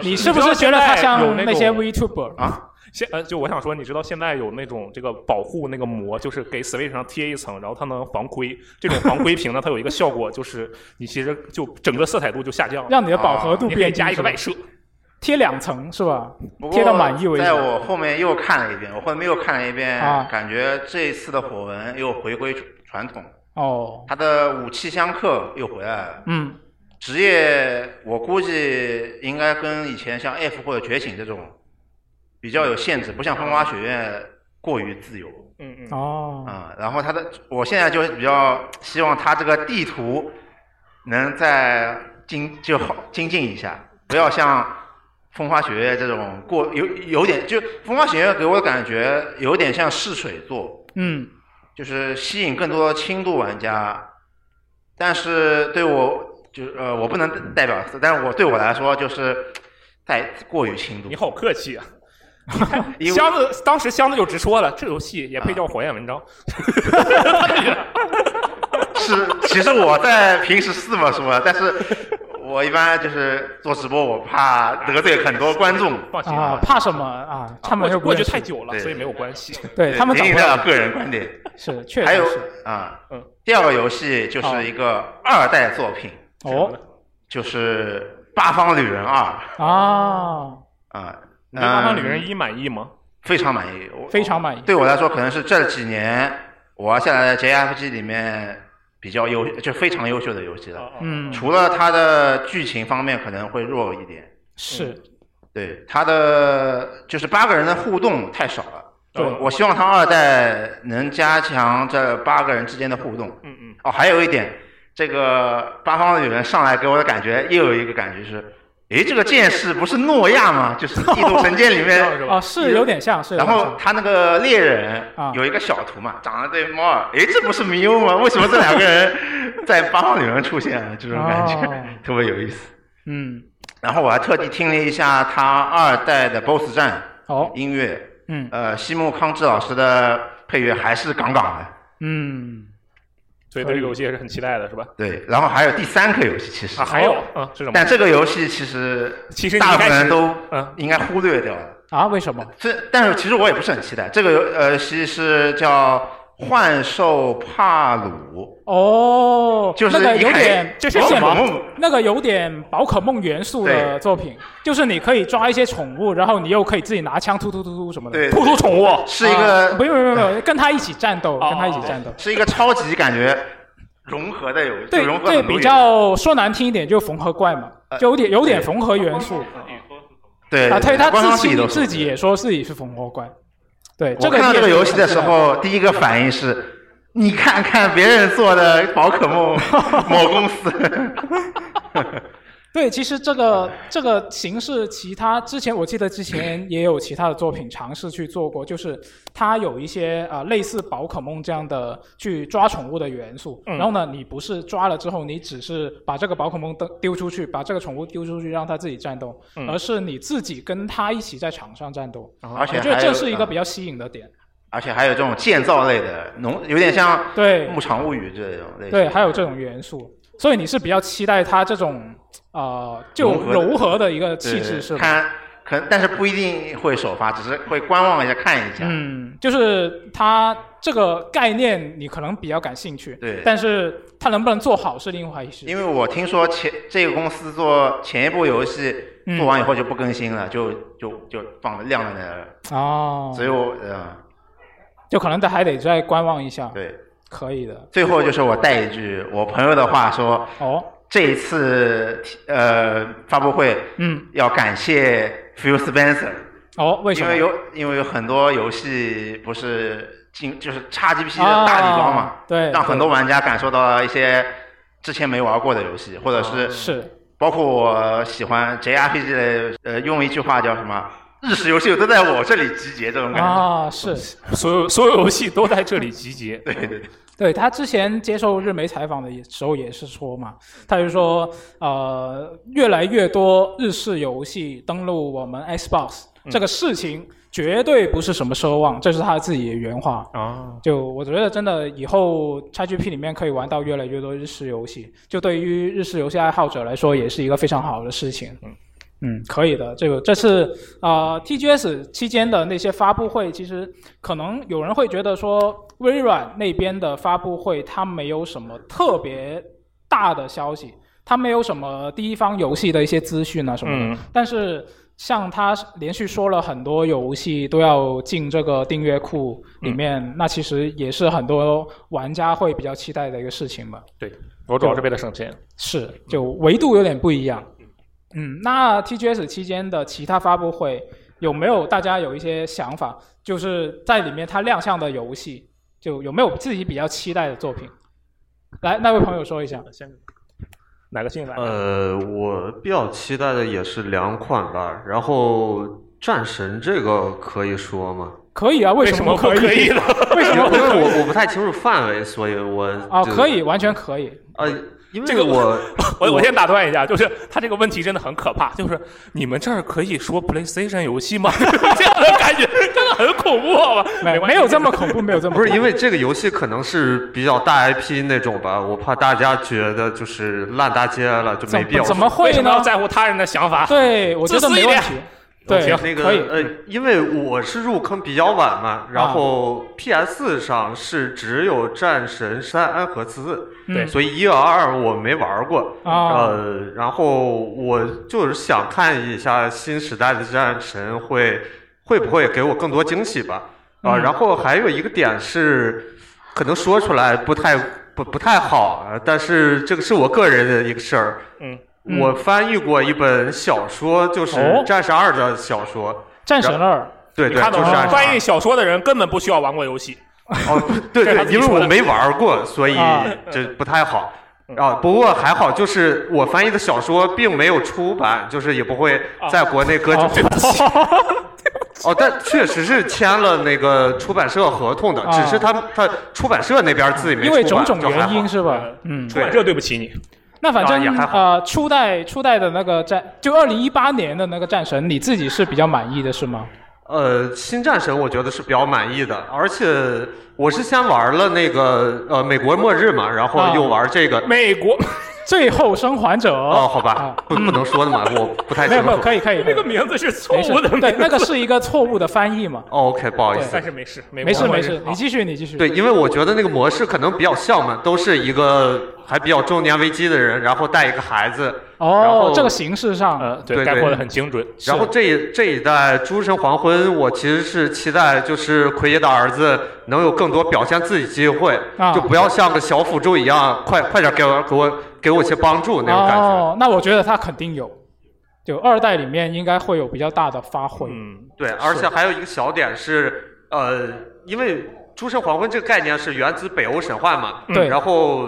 你是不是觉得他像那些微？ VTuber？啊，现呃，就我想说，你知道现在有那种这个保护那个膜，就是给 Switch 上贴一层，然后它能防窥。这种防窥屏呢，它有一个效果，就是你其实就整个色彩度就下降了，让你的饱和度啊你可以变低加一是个吧外设。贴两层是吧？不贴到满意过，为止在我后面又看了一遍，我后面又看了一遍，啊感觉这一次的火纹又回归传统，哦，他的武器相克又回来了。嗯，职业我估计应该跟以前像 F 或者觉醒这种比较有限制，不像风花雪月过于自由嗯嗯。哦，啊、然后他的，我现在就是比较希望他这个地图能再精就好精进一下，不要像风花雪月这种过有有点就风花雪月给我的感觉有点像试水做，嗯，就是吸引更多轻度玩家，但是对我就是呃，我不能代表，但是我对我来说就是太过于轻度你，好客气啊！ 因为箱子当时箱子就直说了，这游戏也配叫火焰文章？是其实我在平时是这么说的，但是我一般就是做直播，我怕得罪很多观众，放心啊，怕什么啊？他们过又去不过认去识太，久了，对所以没有关系。对他们仅仅掌握代了表个人观点。是确还实有是啊嗯，第二个游戏就是一个二代作品，哦就是《八方旅人二啊，》啊，你对《八方嗯旅人一》满意吗？非常满意，我非常满意。对我来说，可能是这几年玩下来的 JFG 里面比较优，就非常优秀的游戏了。哦嗯，除了它的剧情方面可能会弱一点，嗯是对它的就是八个人的互动太少了。对我希望它二代能加强这八个人之间的互动。嗯嗯，哦，还有一点，这个八方旅人上来给我的感觉又有一个感觉是，诶，这个剑士不是诺亚吗？就是《异度神剑》里 这面样是吧？啊，是有点像，是有然点后像。他那个猎人啊有一个小图嘛，长得对猫耳，诶，这不是迷雾吗？为什么这两个人在八方旅人出现啊了？这种感觉、哦特别有意思。嗯，然后我还特地听了一下他二代的 BOSS 战哦音乐，嗯呃，西木康志老师的配乐还是杠杠的。嗯，所以对这个游戏也是很期待的，是吧？对，然后还有第三个游戏，其实，啊，还有啊，是什么但？这个游戏其实其实你大部分一开始人都嗯应该忽 略掉了。啊，为什么？这，但是其实我也不是很期待。这个游呃游戏是叫《幻兽帕鲁哦，》， 就是那个一有开点，这有是什点么？那个有点宝可梦元素的对作品，就是你可以抓一些宠物，然后你又可以自己拿枪突突突突什么的。对，突出宠物，是一啊个、不用不用不用，跟他一起战斗，哦跟他一起战斗。是一个超级感觉融合的游戏，对融合对，很多比元较说难听一点，就缝合怪嘛，呃就有点有点缝合元素对啊。他他官方自自己己都自己也说自己是缝合怪，对。我个看到你这个也是啊游戏的很时自然的，候，第一个反应是。你看看别人做的宝可 梦某公司， 对，其实这个这个形式，其他之前我记得之前也有其他的作品尝试去做过，就是它有一些啊、呃类似宝可梦这样的去抓宠物的元素，嗯然后呢，你不是抓了之后，你只是把这个宝可梦丢丢出去，把这个宠物丢出去让它自己战斗，而是你自己跟它一起在场上战斗。嗯而且我觉得还这有是一啊个比较吸引的点。而且还有这种建造类的农，有点像对《牧场物语》这种类型。对，还有这种元素，所以你是比较期待它这种呃就融合的柔和的一个气质对是吧？看，可能但是不一定会首发，只是会观望一下看一下。嗯，就是它这个概念你可能比较感兴趣，对但是它能不能做好是另外一回事。因为我听说前这个公司做前一部游戏嗯做完以后就不更新了，就就就放了晾在那儿了，哦所，以我呃就可能它还得再观望一下。对，可以的。最后就是我带一句我朋友的话说，哦，这一次呃发布会嗯，要感谢 Phil Spencer，哦，为什因么？为有因为有很多游戏不是进就是 XGP 的大底妆嘛，啊对让很对多玩家感受到了一些之前没玩过的游戏，或啊者是是包括我喜欢 JRPG 的，呃，用一句话叫什么？日式游戏都在我这里集结，这种感觉。啊，是所有所有游戏都在这里集结。 对对对，对他之前接受日媒采访的也时候也是说嘛，他就说呃，越来越多日式游戏登陆我们 Xbox、这个事情绝对不是什么奢望，这是他自己的原话。啊，就我觉得真的以后 XGP 里面可以玩到越来越多日式游戏，就对于日式游戏爱好者来说也是一个非常好的事情。嗯嗯，可以的。这个这次啊、呃 TGS 期间的那些发布会，其实可能有人会觉得说微软那边的发布会它没有什么特别大的消息，它没有什么第一方游戏的一些资讯啊什么的。嗯，但是像他连续说了很多游戏都要进这个订阅库里面，那其实也是很多玩家会比较期待的一个事情嘛。我主要是为了省钱。是，嗯就维度有点不一样。嗯，那 TGS 期间的其他发布会有没有大家有一些想法？就是在里面它亮相的游戏，就有没有自己比较期待的作品？来，那位朋友说一下。呃先哪个先来？呃，我比较期待的也是两款吧。然后战神这个可以说吗？可以啊，为什什么不可以呢？为什因为么因为我我不太清楚范围，所以我啊、就可以，完全可以。呃，因为这个我我 我先打断一下，就是他这个问题真的很可怕，就是你们这儿可以说 PlayStation 游戏吗？ 这样的感觉真的很恐怖，好吧？没关系没有这么恐怖，没有 这么不是恐因怖为这个游戏可能是比较大 IP 那种吧，我怕大家觉得就是烂大街了就怎没必要么怎么为会什么呢要？在乎他人的想法？对，我觉自得私一没问点题。对，那个可以。啊呃，因为我是入坑比较晚嘛，然后 PS 上是只有战神三、安和四，对所以一和二我没玩过。嗯啊呃，然后我就是想看一下新时代的战神会会不会给我更多惊喜吧。啊、嗯然后还有一个点是，可能说出来不太不不太好，呃但是这个是我个人的一个事儿。嗯。嗯我翻译过一本小说，就是哦《战神二》的小说，战神二，对你对，看到就是吗？按哦照翻译小说的人根本不需要玩过游戏。哦，对这是对他自，己因为说我的没玩过，所以啊这不太好嗯。啊，不过还好，就是我翻译的小说并没有出版，就是也不会在国内搁置。 哦，但确实是签了那个出版社合同的啊，只是他他出版社那边自己没因出版，为种种就还原因好是吧呃？嗯，对这对不起你。那反啊正也还好呃，初代初代的那个战，就二零一八年的那个战神，你自己是比较满意的是吗？呃，新战神我觉得是比较满意的，而且我是先玩了那个呃美国末日嘛，然啊后又玩这个。美国最后生还者哦，好啊吧，不不能说的 嘛，我不太没清有没有，楚。可以可以，那个可以名字是错没事误的，对，那个是一个错误的翻译嘛，哦 OK，不好意思但。是没事，没没事没事，好你继续你继续。对，因为我觉得那个模式可能比较像嘛，都是一个还比较中年危机的人，然后带一个孩子，然哦后，这个形式上，呃，对，对概对括的很精准。是然后这一这一代《诸神黄昏》，我其实是期待就是奎爷的儿子能有更多表现自己机会，啊就不要像个小辅助一样，快快点给我给我给我一些帮助那啊种感觉。哦，那我觉得他肯定有，就二代里面应该会有比较大的发挥。嗯，对，而且还有一个小点是，呃，因为《诸神黄昏》这个概念是源自北欧神话嘛，嗯对然后，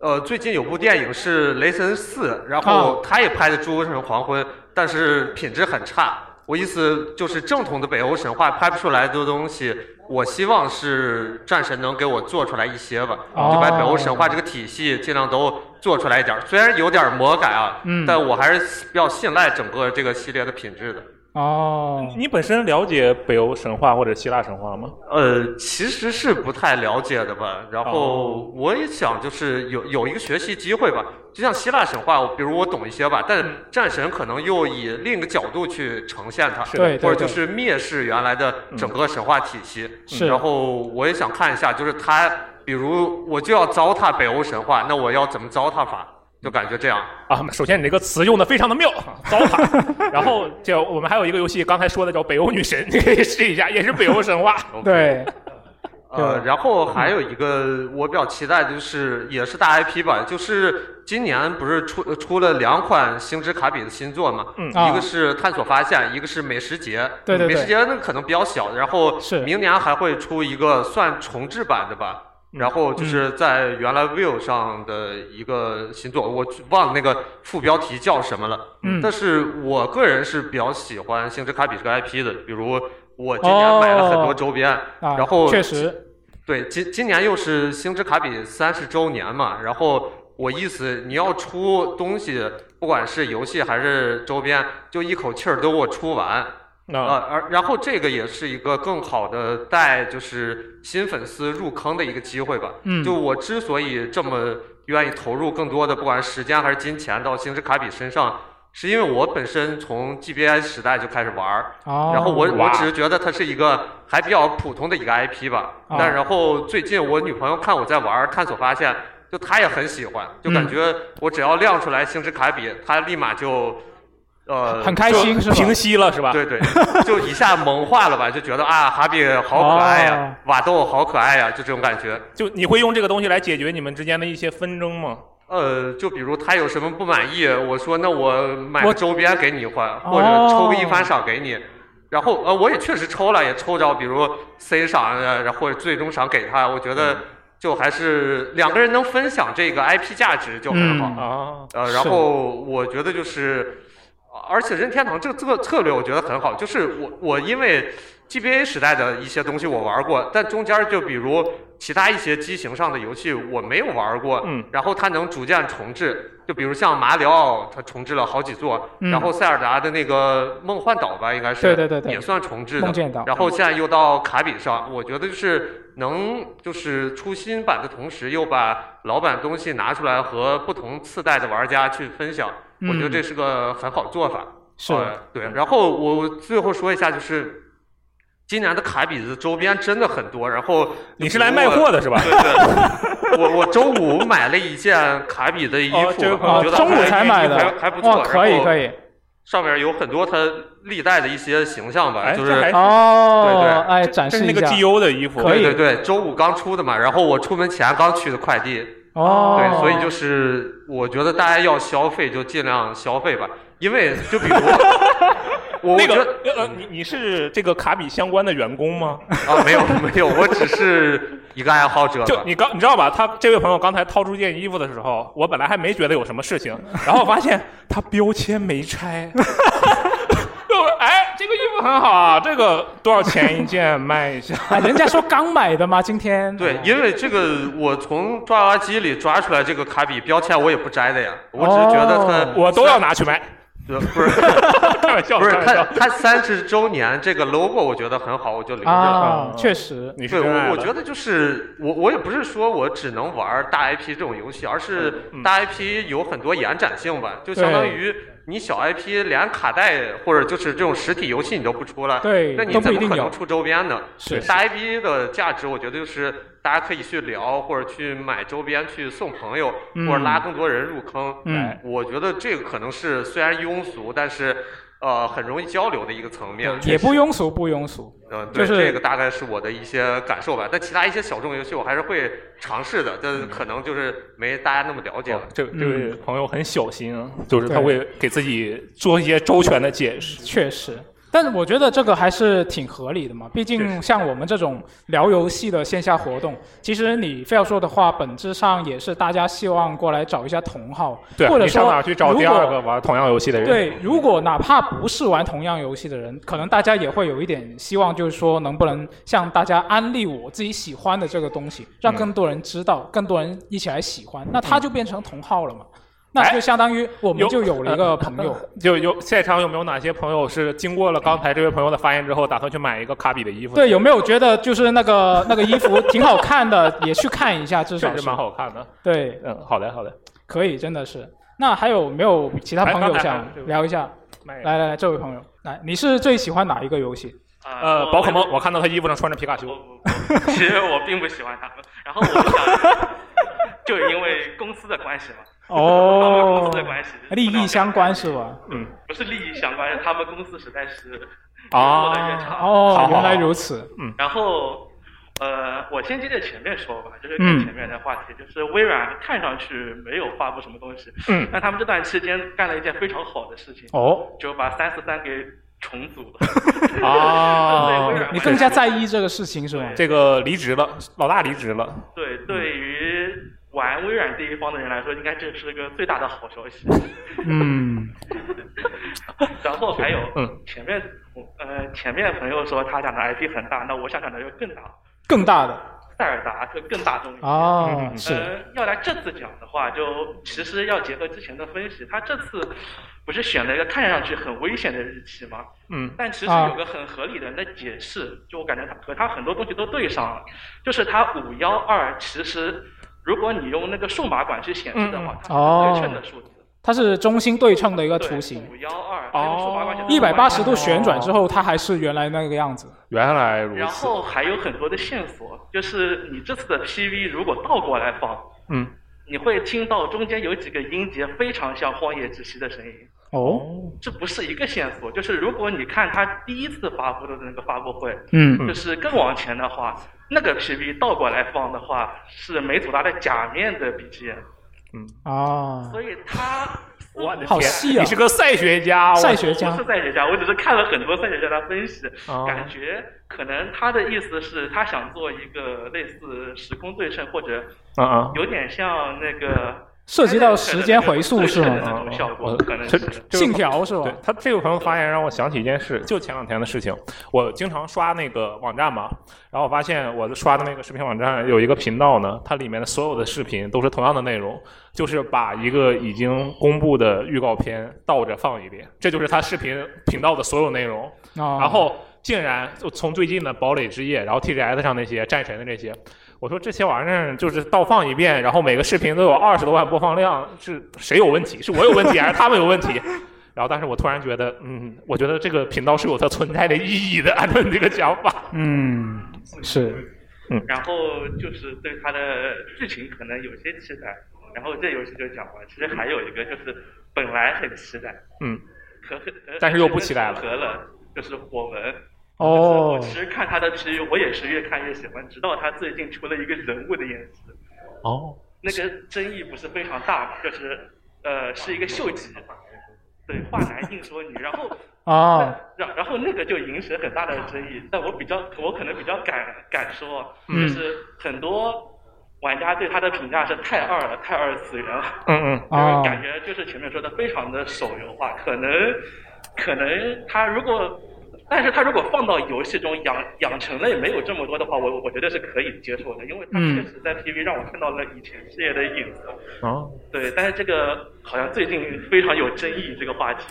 呃，最近有部电影是《雷神四》，然啊后他也拍的《诸神黄昏》，但是品质很差。我意思就是，正统的北欧神话拍不出来的东西，我希望是战神能给我做出来一些吧，哦就把北欧神话这个体系尽量都做出来一点儿。虽然有点儿魔改啊，嗯但我还是比较信赖整个这个系列的品质的。哦，你本身了解北欧神话或者希腊神话吗？呃，其实是不太了解的吧。然哦后我也想，就是有有一个学习机会吧。就像希腊神话，我比如我懂一些吧，但嗯战神可能又以另一个角度去呈现它，是的对对或者就对是蔑视原来的整个神话体系。是然后我也想看一下，就是他，比如我就要糟蹋北欧神话，那我要怎么糟蹋法？就感觉这样。啊，首先你这个词用的非常的妙，啊糟蹋。 然后就我们还有一个游戏，刚才说的叫北欧女神，你可以试一下，也是北欧神 话。 OK 对，呃，对然后还有一个我比较期待，就是也是大 IP 吧，就是今年不是出出了两款星之卡比的新作嘛，嗯啊一个是探索发现，一个是美食节，对对对美食节那个可能比较小，然后是明年还会出一个算重制版的吧，嗯然后就是在原来 View 上的一个新作，我忘了那个副标题叫什么了。嗯但是我个人是比较喜欢《星之卡比》这个 IP 的，比如我今年买了很多周边，哦啊，然后确实，对，今今年又是星之卡比三十周年嘛，然后我意思你要出东西，不管是游戏还是周边，就一口气儿都给我出完。那、啊呃，而然后这个也是一个更好的带就是新粉丝入坑的一个机会吧。嗯就我之所以这么愿意投入更多的，不管是时间还是金钱到星之卡比身上，是因为我本身从 GBA 时代就开始玩儿，哦，然后我我哇只是觉得它是一个还比较普通的一个 IP 吧。啊但然后最近我女朋友看我在玩儿，探索发现，就她也很喜欢，就嗯感觉我只要亮出来星之卡比，她立马就呃很开心是吧？平息了是吧？对对，就一下萌化了吧，就觉得啊，哈比好可爱哦呀，瓦豆好可爱呀，就这种感觉。就你会用这个东西来解决你们之间的一些纷争吗？呃，就比如他有什么不满意，我说那我买我个周边给你哦换，或者抽个一番赏给你。然后呃，我也确实抽了，也抽着，比如 C 赏，呃，然后或者最终赏给他。我觉嗯得就还是两个人能分享这个 IP 价值就很好。嗯啊，呃，是然后我觉得就是，而且任天堂这个这个策略我觉得很好，就是我我因为 GBA 时代的一些东西我玩过，但中间就比如其他一些机型上的游戏我没有玩过，嗯然后它能逐渐重置，就比如像马里奥，它重置了好几座，嗯然后塞尔达的那个梦幻岛吧，应该是对对对对也算重置梦的，见岛然后现在又到卡比上，我觉得就是能就是出新版的同时，又把老版东西拿出来和不同次代的玩家去分享，嗯我觉得这是个很好做法。是呃对。嗯然后我最后说一下，就是今年的卡比的周边真的很多，然后你是来卖货的是吧？对对，我我周五买了一件卡比的衣服，哦这个啊，我觉得中午还才买的还还不，错，哇，可以可以。以，上面有很多它历代的一些形象吧，哎，就这是还对对哦，哎，展这示是那一个下， GU 的衣服，可以对对对，周五刚出的嘛，然后我出门前刚取的快递，哦，对，所以就是我觉得大家要消费就尽量消费吧，因为就比如我那我觉个得呃，你你是这个卡比相关的员工吗？啊没有没有，我只是一个爱好者就吧。你刚你知道吧？他这位朋友刚才掏出件衣服的时候，我本来还没觉得有什么事情，然后发现 哎他标签没拆。就哎，这个衣服很好啊，这个多少钱一件？卖 一下。哎，人家说刚买的嘛，今天对，因为这个我从抓娃娃机里抓出来这个卡比标签，我也不摘的呀，我只是觉得它哦我都要拿去卖。呃不是开玩笑，不是它开玩笑。它三十周年这个 logo 我觉得很好，我就留着了。啊嗯，确实，你是对，真爱我我了觉得就是我我也不是说我只能玩大 IP 这种游戏，而是嗯大 IP 有很多延展性吧，就相当于你小 IP 连卡带或者就是这种实体游戏你都不出了，对那你都不怎一么定可有能出周边呢？是大 IP 的价值，我觉得就是大家可以去聊或者去买周边去送朋友，嗯或者拉更多人入坑。哎嗯，我觉得这个可能是虽然庸俗，但是呃很容易交流的一个层面。也不庸俗，不庸俗，嗯，对，就是这个大概是我的一些感受吧。但其他一些小众游戏我还是会尝试的，但可能就是没大家那么了解了。 这这位嗯朋友很小心啊，就是他对会给自己做一些周全的解释。确实。但是我觉得这个还是挺合理的嘛，毕确竟像我们这种聊游戏的线下活动，其实你非要说的话，本质上也是大家希望过来找一下同好，对，啊或者你上说哪去找第如果二个玩同样游戏的人？对，如果哪怕不是玩同样游戏的人，可能大家也会有一点希望，就是说能不能向大家安利我自己喜欢的这个东西，让更多人知道，更多人一起来喜欢，那他就变成同好了嘛。那哎就相当于我们有呃就有了一个朋 友，就有现场有没有哪些朋友是经过了刚才这位朋友的发言之后，打算去买一个卡比的衣服？对，有没有觉得就是那 个那个衣服挺好看的，也去看一下，至确少实是蛮好看的。对，呃嗯，好的好的，可以，真的是。那还有没有其他哎朋友刚才想还有聊一下？买一个来来来，这位朋友，来，你是最喜欢哪一个游戏？呃，宝可梦，我看到他衣服上穿着皮卡不丘，不不，其实我并不喜欢他们。然后我就想，就是 因为公司的关系嘛，他们 公司的关系，哦利益相关是吧？嗯，不是利益相关，是他们公司实在是做的越啊，嗯差。哦好，原来如此。然后，呃，我先接着前面说吧，就是嗯跟前面的话题，就是微软看上去没有发布什么东西，嗯但他们这段期间干了一件非常好的事情，哦，就把三四三给重组了。哦对微软你更加对在意这个事情是吗？对这个离职了，老大离职了，对，对于玩微软这一方的人来说，应该这是个最大的好消息。嗯，然后还有，嗯，前面呃前面朋友说他讲的 IP 很大，那我想讲的就更大，更大的塞尔达就更大众一些。哦，是呃，要来这次讲的话，就其实要结合之前的分析，他这次不是选了一个看上去很危险的日期吗？嗯但其实有个很合理的人的解释，就我感觉他和他很多东西都对上了，就是他五幺二其实如果你用那个数码管去显示的话，它嗯哦是对称的数字。它是中心对称的一个对图形，五幺二，用数码管显示哦一百八十度旋转之之后，它还是原来那个样子。原来如然此，后还有很多的线索，就是你这次的 PV 如果倒过来放，嗯，你会听到中间有几个音节非常像《荒野之息》的声音。哦，这不是一个线索，就是如果你看他第一次发布的那个发布会，嗯就是更往前的话，那个 PV 倒过来放的话是梅祖拉的假面的 BGM，嗯啊，所以他我的好天细啊你是个赛学家，我赛学不家是赛学家，我只是看了很多赛学家的分析，哦感觉可能他的意思是，他想做一个类似时空对称，或者嗯嗯，有点像那个涉及到时间回溯是对吗？称 的那种效果我可能哦这是这信条是吧对？他这个朋友发言让我想起一件事，就前两天的事情。我经常刷那个网站嘛，然后我发现我刷的那个视频网站有一个频道呢，它里面的所有的视频都是同样的内容，就是把一个已经公布的预告片倒着放一遍，这就是它视频频道的所有内容。啊，然后竟然就从最近的《堡垒之夜》，然后 TGS 上那些战神的这些，我说这些玩意儿就是倒放一遍，然后每个视频都有二十多万播放量，是谁有问题？是我有问题还是他们有问题？然后，但是我突然觉得，嗯，我觉得这个频道是有它存在的意义的。按照你这个讲法，嗯，是嗯然后就是对它的剧情可能有些期待，然后这游戏就讲完。其实还有一个就是本来很期待，嗯，可可但是又不期待了合了，就是火纹。哦就是我其实看他的 P，我也是越看越喜欢，直到他最近出了一个人物的演示，哦，那个争议不是非常大嘛，就是呃是一个秀吉，对，话男硬说女，然后啊，然然后那个就引起了很大的争议，但我比较我可能比较敢敢说，嗯就是很多玩家对他的评价是太二了，太二次元了，嗯嗯， 就是啊感觉就是前面说的非常的手游化，可能可能他如果，但是他如果放到游戏中养养成类没有这么多的话，我我觉得是可以接受的，因为他嗯确实在 PV 让我看到了以前事业的影子，哦，对，但是这个好像最近非常有争议这个话题，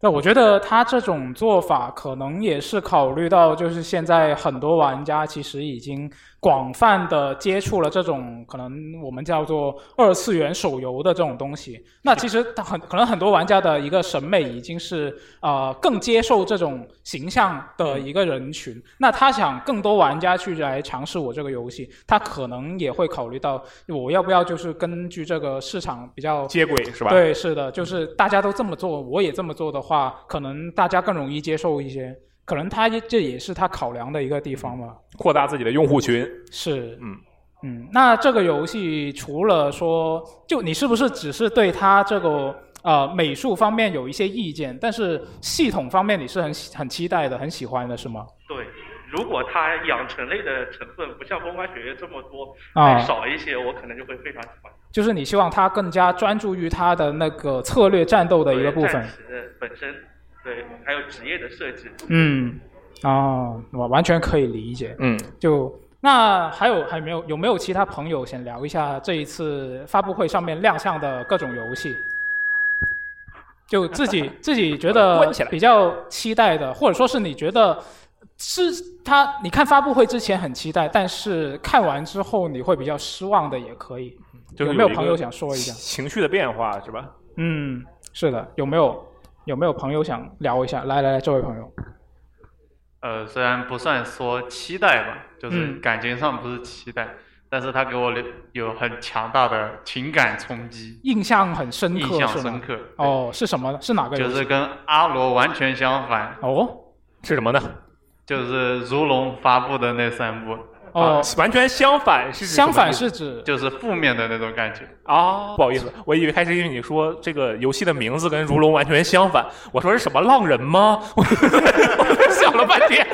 那我觉得他这种做法可能也是考虑到，就是现在很多玩家其实已经广泛的接触了这种可能我们叫做二次元手游的这种东西。那其实他很可能很多玩家的一个审美已经是呃更接受这种形象的一个人群。那他想更多玩家去来尝试我这个游戏，他可能也会考虑到我要不要就是根据这个市场比较接轨是吧？，对，是的，就是大家都这么做，我也这么做的话，可能大家更容易接受一些。可能他也这也是他考量的一个地方吧。扩大自己的用户群。是，嗯嗯，那这个游戏除了说，就你是不是只是对它这个呃美术方面有一些意见，但是系统方面你是很喜很期待的，很喜欢的是吗？对，如果它养成类的成分不像风花雪月这么多，啊再少一些，我可能就会非常喜欢。就是你希望它更加专注于它的那个策略战斗的一个部分战。士本身，对，还有职业的设计，嗯，哦，我完全可以理解。嗯，就那还有还有没有有没有其他朋友想聊一下这一次发布会上面亮相的各种游戏？就自 己自己觉得关起来比较期待的，或者说是你觉得是他，你看发布会之前很期待，但是看完之后你会比较失望的，也可以。就是有没有一朋个友想说一下情绪的变化是吧？嗯，是的，有没有有没有朋友想聊一下？来来来，这位朋友，呃，虽然不算说期待吧，就是嗯感情上不是期待，但是他给我留有很强大的情感冲击，印象很深刻印象是吗深刻。哦，是什么呢？是哪个对，游就戏？是跟阿罗完全相反，哦是什么呢？就是如龙发布的那三部，哦啊，完全相反是指什相么意反思是指就是负面的那种感觉。啊，不好意思，我以为开始以为你说这个游戏的名字跟《如龙》完全相反，我说是什么浪人吗？ 我我想了半天。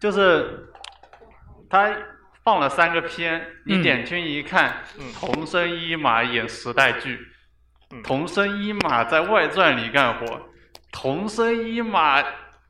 就是他放了三个片，嗯你点进一看，桐生一马演时代剧，嗯桐生一马在外传里干活，桐生一马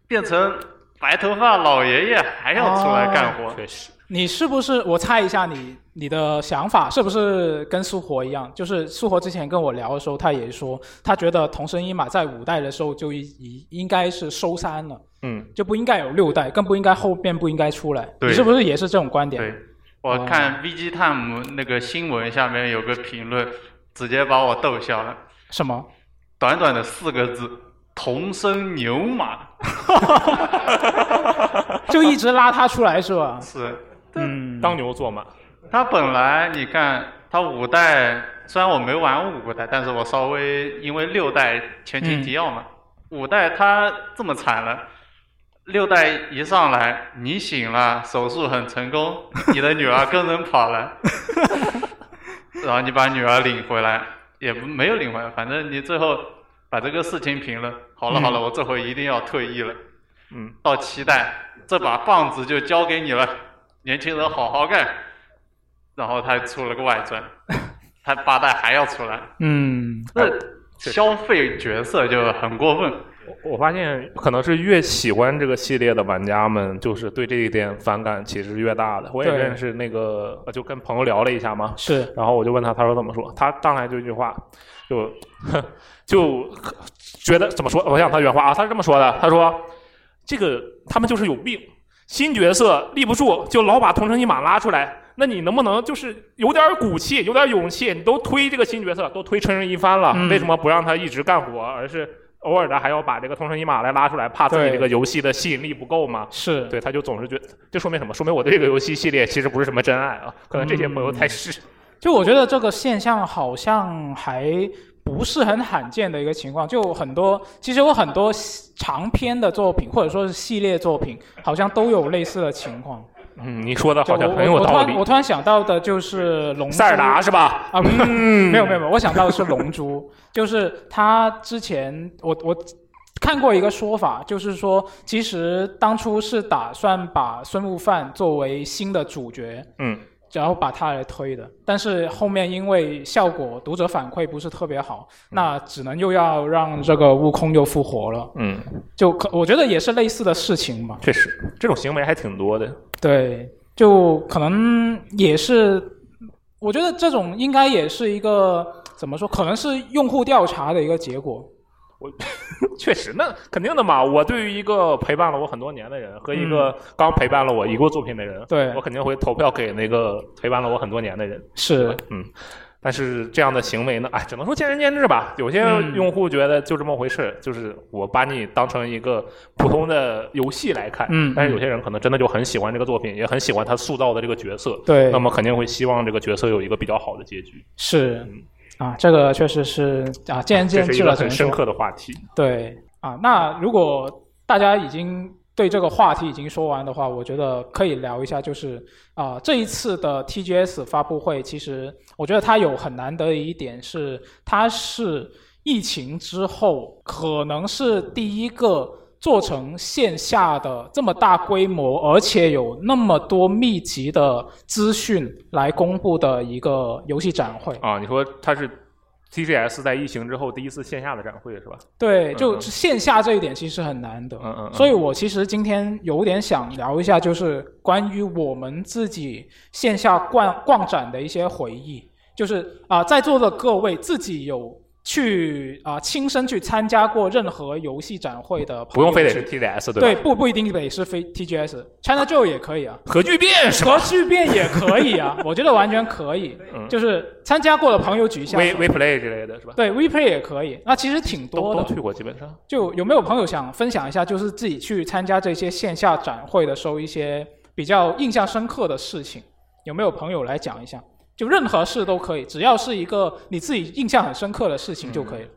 变成白头发老爷爷还要出来干哦活，确实，你是不是？我猜一下你你的想法是不是跟苏活一样？就是苏活之前跟我聊的时候，他也说他觉得桐生一马在五代的时候就已已应该是收山了，嗯，就不应该有六代，更不应该后面不应该出来。对你是不是也是这种观点？对，我看 VG 探姆那个新闻下面有个评论，直接把我逗笑了。什么？短短的四个字：童生牛马。就一直拉他出来是 吧？是，嗯，当牛做马，他本来你看他五代，虽然我没玩五代，但是我稍微因为六代前情提要嘛，五代他这么惨了。六代一上来，你醒了，手术很成功，你的女儿跟人跑了，然后你把女儿领回来，也不没有领回来，反正你最后把这个事情平了。好了好了，我这回一定要退役了。嗯，到七代，这把棒子就交给你了，年轻人好好干。然后他出了个外传， 他八代还要出来，嗯，那消费角色就很过分。我发现可能是越喜欢这个系列的玩家们，就是对这一点反感其实越大的。我也对认识那个，呃就跟朋友聊了一下嘛，是然后我就问他，他说怎么说？他上来就一句话，就 就觉得怎么说？我想他原话啊，他是这么说的，他说这个他们就是有病，新角色立不住，就老把同城一马拉出来。那你能不能就是有点骨气，有点勇气？你都推这个新角色，都推春日一番了，嗯为什么不让他一直干活，而是偶尔的还要把这个同城一马来拉出来，怕自己对这个游戏的吸引力不够嘛？是，对，他就总是觉得，这说明什么？说明我对这个游戏系列其实不是什么真爱啊，可能这些朋友太是、就我觉得这个现象好像还不是很罕见的一个情况，就很多其实有很多长篇的作品或者说是系列作品，好像都有类似的情况。嗯，你说的就好像我很有我突道然理我。突然想到的就是龙珠塞尔达是吧？啊，不是嗯没有没有，没有我想到的是《龙珠》，就是他之前我我看过一个说法，就是说其实当初是打算把孙悟饭作为新的主角，嗯，然后把他来推的，但是后面因为效果读者反馈不是特别好，那只能又要让这个悟空又复活了，嗯，就可我觉得也是类似的事情吧，确实，这种行为还挺多的。对，就可能也是，我觉得这种应该也是一个怎么说，可能是用户调查的一个结果。 确实，那肯定的嘛。我对于一个陪伴了我很多年的人和一个刚陪伴了我一个作品的人，嗯对我肯定会投票给那个陪伴了我很多年的人。是，嗯但是这样的行为呢，哎，只能说见仁见智吧。有些嗯用户觉得就这么回事，就是我把你当成一个普通的游戏来看。嗯但是有些人可能真的就很喜欢这个作品，也很喜欢他塑造的这个角色。对那么肯定会希望这个角色有一个比较好的结局。是啊，这个确实是啊，见仁这见是一智个了，只很能深说刻的话题。对啊。那如果大家已经对这个话题已经说完的话，我觉得可以聊一下，就是啊，这一次的 TGS 发布会，其实我觉得它有很难得的一点是，它是疫情之后可能是第一个做成线下的这么大规模，而且有那么多密集的资讯来公布的一个游戏展会。啊，你说它是 TGS 在疫情之后第一次线下的展会是吧？对，嗯就嗯线下这一点其实很难得，嗯嗯嗯所以我其实今天有点想聊一下，就是关于我们自己线下逛逛展的一些回忆，就是啊、在座的各位自己有去啊、亲身去参加过任何游戏展会的朋不友用吗，非得是 TGS 对吧？不不一定得是非 TGS，China Joe 也可以啊，核聚变是核吧聚变也可以啊， 我觉得完全可以，嗯就是参加过的朋友举一下？We 手， We Play 之类的是吧？对 WePlay 也可以，那其实挺多都的都。去过，基本上。就有没有朋友想分享一下，就是自己去参加这些线下展会的时候一些比较印象深刻的事情？有没有朋友来讲一下？就任何事都可以，只要是一个你自己印象很深刻的事情就可以了。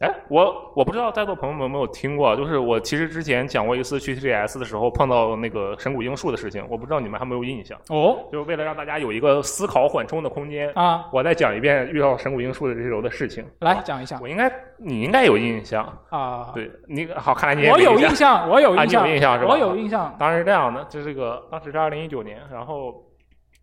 哎，我我不知道在座朋友们有没有听过，啊就是我其实之前讲过一次去 TGS 的时候碰到那个神谷英树的事情，我不知道你们还有没有印象。哦，就是为了让大家有一个思考缓冲的空间，啊，我再讲一遍遇到神谷英树的这时候的事情。来讲一下我应该你应该有印象，啊。对你好，看来你也我有印印象，我有啊印你有象，印象是吧啊我有印象。当时是这样的，就是这个当时是二零一九年，然后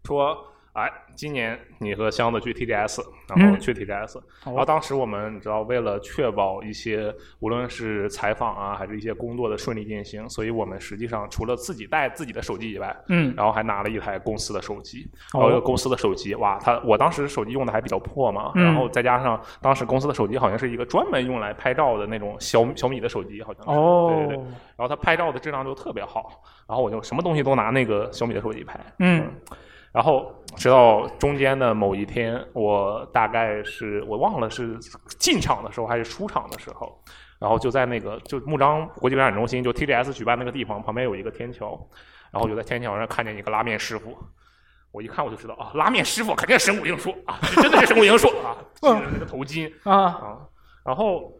说，哎，今年你和箱子去 TGS，然后去 TGS，、好啊然后当时我们你知道，为了确保一些无论是采访啊，还是一些工作的顺利进行，所以我们实际上除了自己带自己的手机以外，嗯然后还拿了一台公司的手机，哦然后这个公司的手机，哇，它我当时手机用的还比较破嘛，嗯然后再加上当时公司的手机好像是一个专门用来拍照的那种小米小米的手机，好像是，哦对对对，然后它拍照的质量就特别好，然后我就什么东西都拿那个小米的手机拍，嗯然后直到中间的某一天，我大概是我忘了是进场的时候还是出场的时候，然后就在那个就木张国际表演中心，就 TGS 举办那个地方旁边有一个天桥，然后我就在天桥上看见一个拉面师傅。我一看我就知道啊，拉面师傅肯定是神谷英树啊，真的是神谷英树啊， 系着那个头巾嗯啊，啊。然后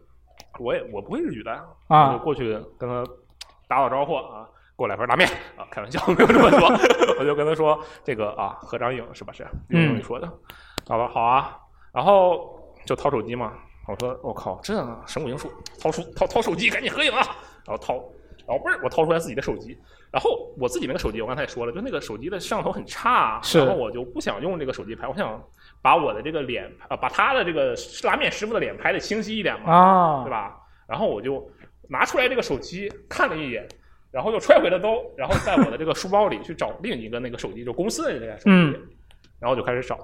我也我不会日语的啊我就过去跟他打打招呼啊，过来份拉面啊，开玩笑没有这么说， 我就跟他说这个啊，合张影是吧？是嗯用英语说的。他说好啊，然后就掏手机嘛。我说我、靠，这神武英树掏出掏掏手机，赶紧合影啊！然后掏，然后不是我掏出来自己的手机，然后我自己那个手机，我刚才也说了，就那个手机的摄像头很差，啊是然后我就不想用这个手机拍，我想把我的这个脸啊、把他的这个拉面师傅的脸拍的清晰一点嘛。啊对，吧？然后我就拿出来这个手机看了一眼，然后又揣回了兜，然后在我的这个书包里去找另一个那个手机，就公司的那个手机，嗯然后就开始找，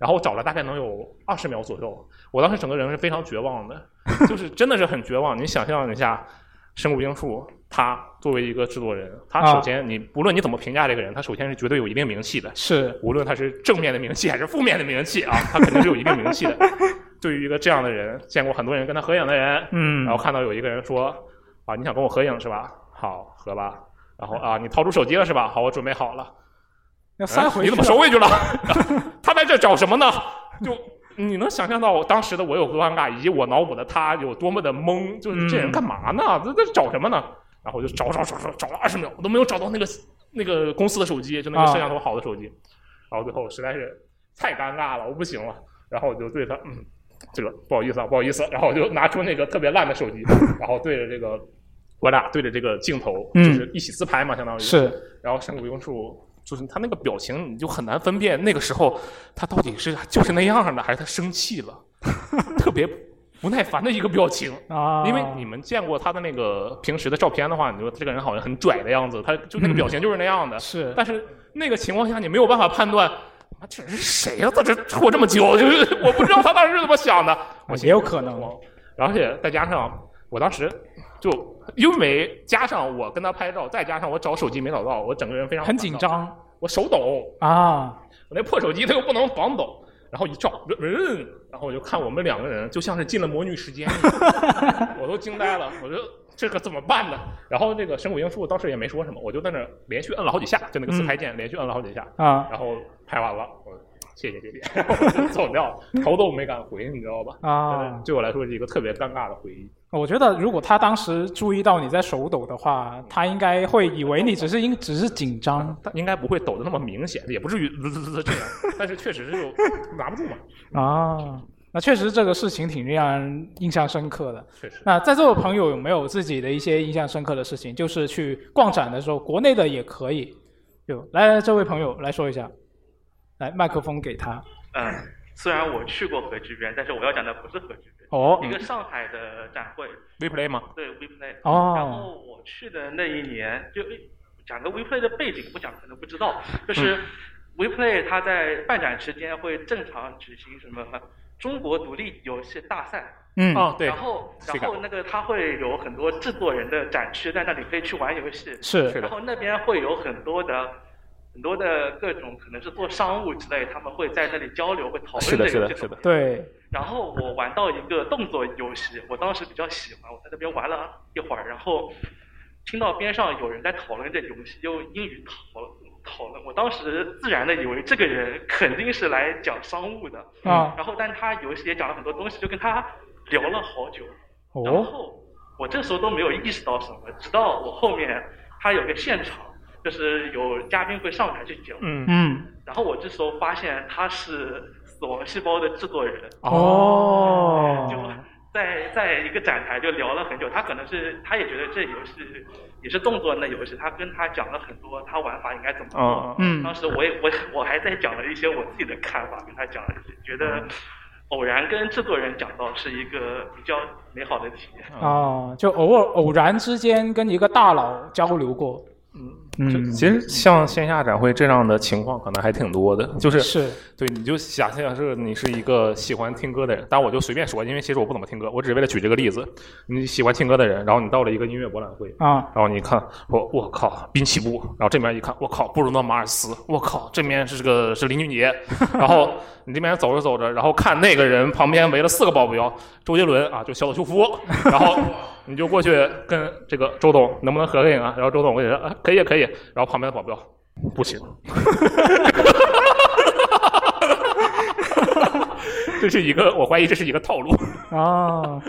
然后我找了大概能有二十秒左右，我当时整个人是非常绝望的，就是真的是很绝望。你想象一下，神谷英树他作为一个制作人，他啊首先你不论你怎么评价这个人，他首先是绝对有一定名气的，是无论他是正面的名气还是负面的名气啊，他肯定是有一定名气的。对于一个这样的人，见过很多人跟他合影的人，嗯然后看到有一个人说啊，你想跟我合影是吧？好，合吧。然后啊，你掏出手机了是吧？好，我准备好了。要塞哎回去了。你怎么收回去了？ 他在这找什么呢？就你能想象到我当时的我有多尴尬，以及我脑补的他有多么的懵，就是嗯这人干嘛呢？这在找什么呢？然后我就找找找找找了二十秒，我都没有找到那个那个公司的手机，就那个啊摄像头好的手机。然后最后我实在是太尴尬了，我不行了，然后我就对他嗯。这个不好意思啊，不好意思啊、然后我就拿出那个特别烂的手机，然后对着这个，我俩对着这个镜头，嗯就是一起自拍嘛，相当于是然后山谷英树就是他那个表情，你就很难分辨那个时候他到底是就是那样的，还是他生气了，特别不耐烦的一个表情。啊？因为你们见过他的那个平时的照片的话，你就这个人好像很拽的样子，他就那个表情就是那样的。嗯是但是那个情况下，你没有办法判断，妈这人是谁啊呀、在这拖这么久，就是我不知道他当时是怎么想的。我也有可能慌，而且再加上我当时就因为加上我跟他拍照，再加上我找手机没找到，我整个人非常很紧烦张躁，我手抖，啊，我那破手机它又不能防抖，然后一照，嗯，然后我就看我们两个人就像是进了魔女时间一 样，我都惊呆了，我说这可怎么办呢？然后那个神谷英树当时也没说什么，我就在那儿连续摁了好几下，就那个自拍键连续摁了好几下，嗯啊然后拍完了，我谢谢谢谢，然 后我就走掉了，头都没敢回，你知道吧？啊！对我来说是一个特别尴尬的回忆。我觉得如果他当时注意到你在手抖的话，他应该会以为你只是因只是紧张但应该不会抖的那么明显，也不至于滋滋滋这样， 但是确实是有拿不住 嘛，啊。那确实这个事情挺让人印象深刻的。确实。那在座的朋友有没有自己的一些印象深刻的事情？就是去逛展的时候，国内的也可以。有，来来，这位朋友来说一下，来，麦克风给他。嗯，虽然我去过核聚变，但是我要讲的不是核聚变，哦一个上海的展会， WePlay 吗？对 WePlay。然哦，后我去的那一年，就讲个 WePlay 的背景，不讲可能不知道，就是嗯 WePlay 它在办展期间会正常举行什么中国独立游戏大赛，嗯，哦，对，然后然是的后那个它会有很多制作人的展区在那里可以去玩游戏，是是的然后那边会有很多的很多的各种可能是做商务之类，他们会在那里交流，会讨是论的这个是这的是的个。对，然后我玩到一个动作游戏，我当时比较喜欢，我在那边玩了一会儿，然后听到边上有人在讨论这游戏，用英语讨论讨论，我当时自然的以为这个人肯定是来讲商务的，啊然后但他游戏也讲了很多东西，就跟他聊了好久，然哦，后我这时候都没有意识到什么，直到我后面他有个现场，就是有嘉宾会上台去讲，嗯，嗯，然后我这时候哦发现他是《死亡细胞》的制作人，哦就在在一个展台就聊了很久，他可能是他也觉得这游戏也是动作类游戏，他跟他讲了很多他玩法应该怎么做。嗯当时我也我我还在讲了一些我自己的看法，跟他讲了，觉得偶然跟制作人讲到是一个比较美好的体验。啊，就偶尔偶然之间跟一个大佬交流过，嗯，其实像线下展会这样的情况可能还挺多的，就是是对，你就想象是你是一个喜欢听歌的人，但我就随便说，因为其实我不怎么听歌，我只是为了举这个例子。你喜欢听歌的人，然后你到了一个音乐博览会，啊，然后你看，我我靠，滨崎步，然后这边一看，我靠，布鲁诺马尔斯，我靠，这边是个是林俊杰， 然后你这边走着走着，然后看那个人旁边围了四个保镖，周杰伦啊，就小岛秀夫， 然后你就过去跟这个周董能不能合个影啊？然后周董我跟你说啊，可以可以，然后旁边的保镖不行， 这是一个我怀疑这是一个套路， 啊，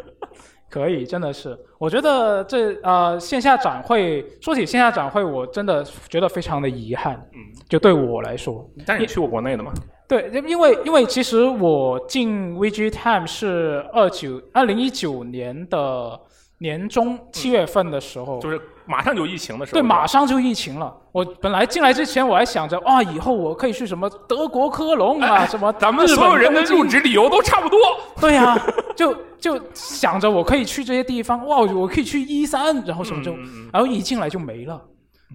可以，真的是，我觉得这呃线下展会，说起线下展会，我真的觉得非常的遗憾，嗯，就对我来说，但是你去过国内的吗？对，因因为因为其实我进 VG Time 是二九二零一九年的年中七月份的时候，嗯就是马上就疫情的时候，对，马上就疫情了。我本来进来之前我还想着，哇，以后我可以去什么德国科隆啊，什么哎咱们日本所有人的东京入职理由都差不多。 对呀、就就想着我可以去这些地方，哇，我可以去一三，然后什么嗯就，然后一进来就没了，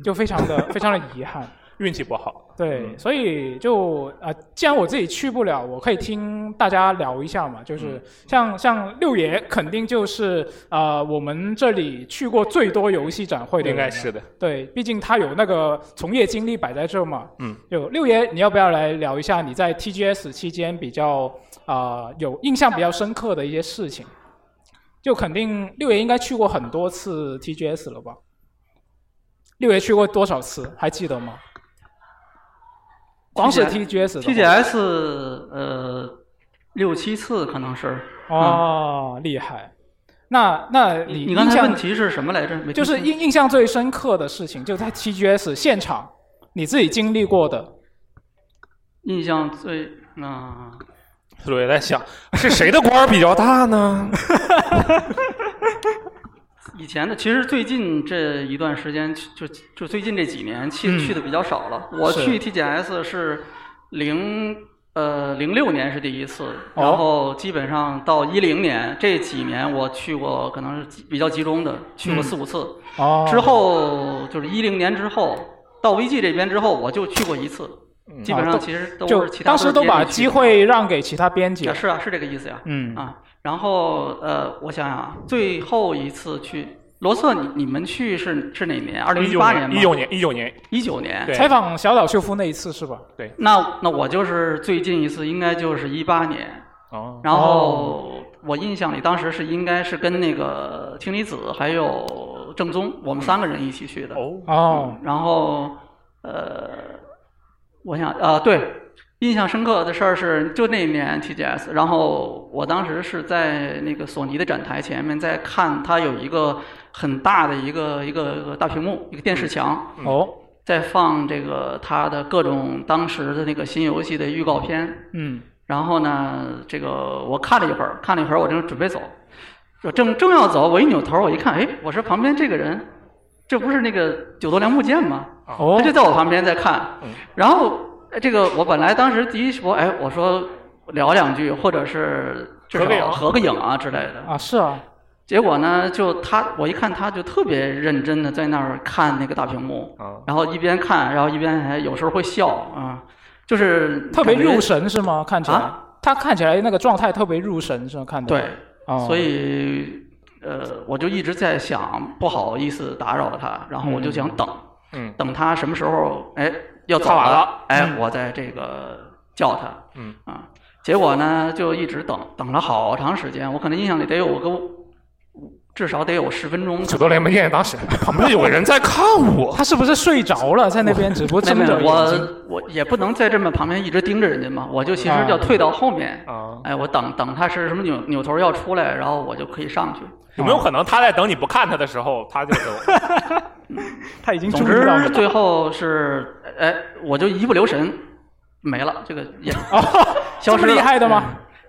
就非常的非常的遗憾。 运气不好，嗯对，所以就呃，既然我自己去不了，我可以听大家聊一下嘛。就是嗯像像六爷，肯定就是呃，我们这里去过最多游戏展会的应人了，该是的。对，毕竟他有那个从业经历摆在这嘛。嗯，就六爷，你要不要来聊一下你在 TGS 期间比较啊、呃有印象比较深刻的一些事情？就肯定六爷应该去过很多次 TGS 了吧？六爷去过多少次？还记得吗？光是 TGS 的话 TGS 呃六七次可能是。嗯哦，厉害！那那你你你刚印才象问题是什么来着？没听就是清印印象最深刻的事情，就在 TGS 现场你自己经历过的。印象最啊、所以我在想，是谁的官儿比较大呢？以前的，其实最近这一段时间，就就就最近这几年去、嗯去的比较少了。我是去 TGS 是零呃零六年是第一次，哦然后基本上到一零年这几年我去过，可能是比较集中的，去过嗯四五次。哦之后就是一零年之后到 VG 这边之后，我就去过一次，基本啊都上其实都就是其他当时都编辑把去机会让给其他编辑啊，。是啊，是这个意思呀。嗯啊，然后呃，我想想啊，最后一次去罗瑟，你你们去是是哪年？二零一八年吗？一九年，一九年，一九年。对采访小岛秀夫那一次是吧？那那我就是最近一次，应该就是一八年。哦，然后我印象里当时是应该是跟那个氢离子还有正宗，我们三个人一起去的。哦，哦，然后呃，我想啊、对，印象深刻的事儿是就那一年 TGS，然后我当时是在那个索尼的展台前面在看，它有一个很大的一个一个一个大屏幕，一个电视墙，哦，在放这个它的各种当时的那个新游戏的预告片。嗯，然后呢，这个我看了一会儿，看了一会儿，我正准备走，我正正要走，我一扭头，我一看，哎，我说旁边这个人，这不是那个九头梁木剑吗？哦他就在我旁边在看。嗯然后呃这个我本来当时第一说，哎，我说聊两句，或者是至合个影少合个影啊之类的。啊，是啊，结果呢，就他我一看，他就特别认真的在那儿看那个大屏幕，哦啊，然后一边看，然后一边还有时候会笑啊，就是特别感觉入神是吗？看起来啊，他看起来那个状态特别入神是吗？看的对，哦所以呃，我就一直在想，不好意思打扰他，然后我就想等，嗯等他什么时候哎要走看完了，哎嗯，我再这个叫他，嗯啊，结果呢就一直等，等了好长时间，我可能印象里得有个至少得有十分钟，九头联盟电影当时旁边有个人在看我，他是不是睡着了在那边，只不过没睁没着眼睛我我也不能在这么旁边一直盯着人家嘛，我就其实啊要退到后面，啊哎，我等等他是什么扭扭头要出来，然后我就可以上去。有没啊有可能他在等你不看他的时候，他就走？ 他已经总注意到之了。最后是，呃哎，我就一不留神没了，这个也 消哦这么失了嗯厉害的吗？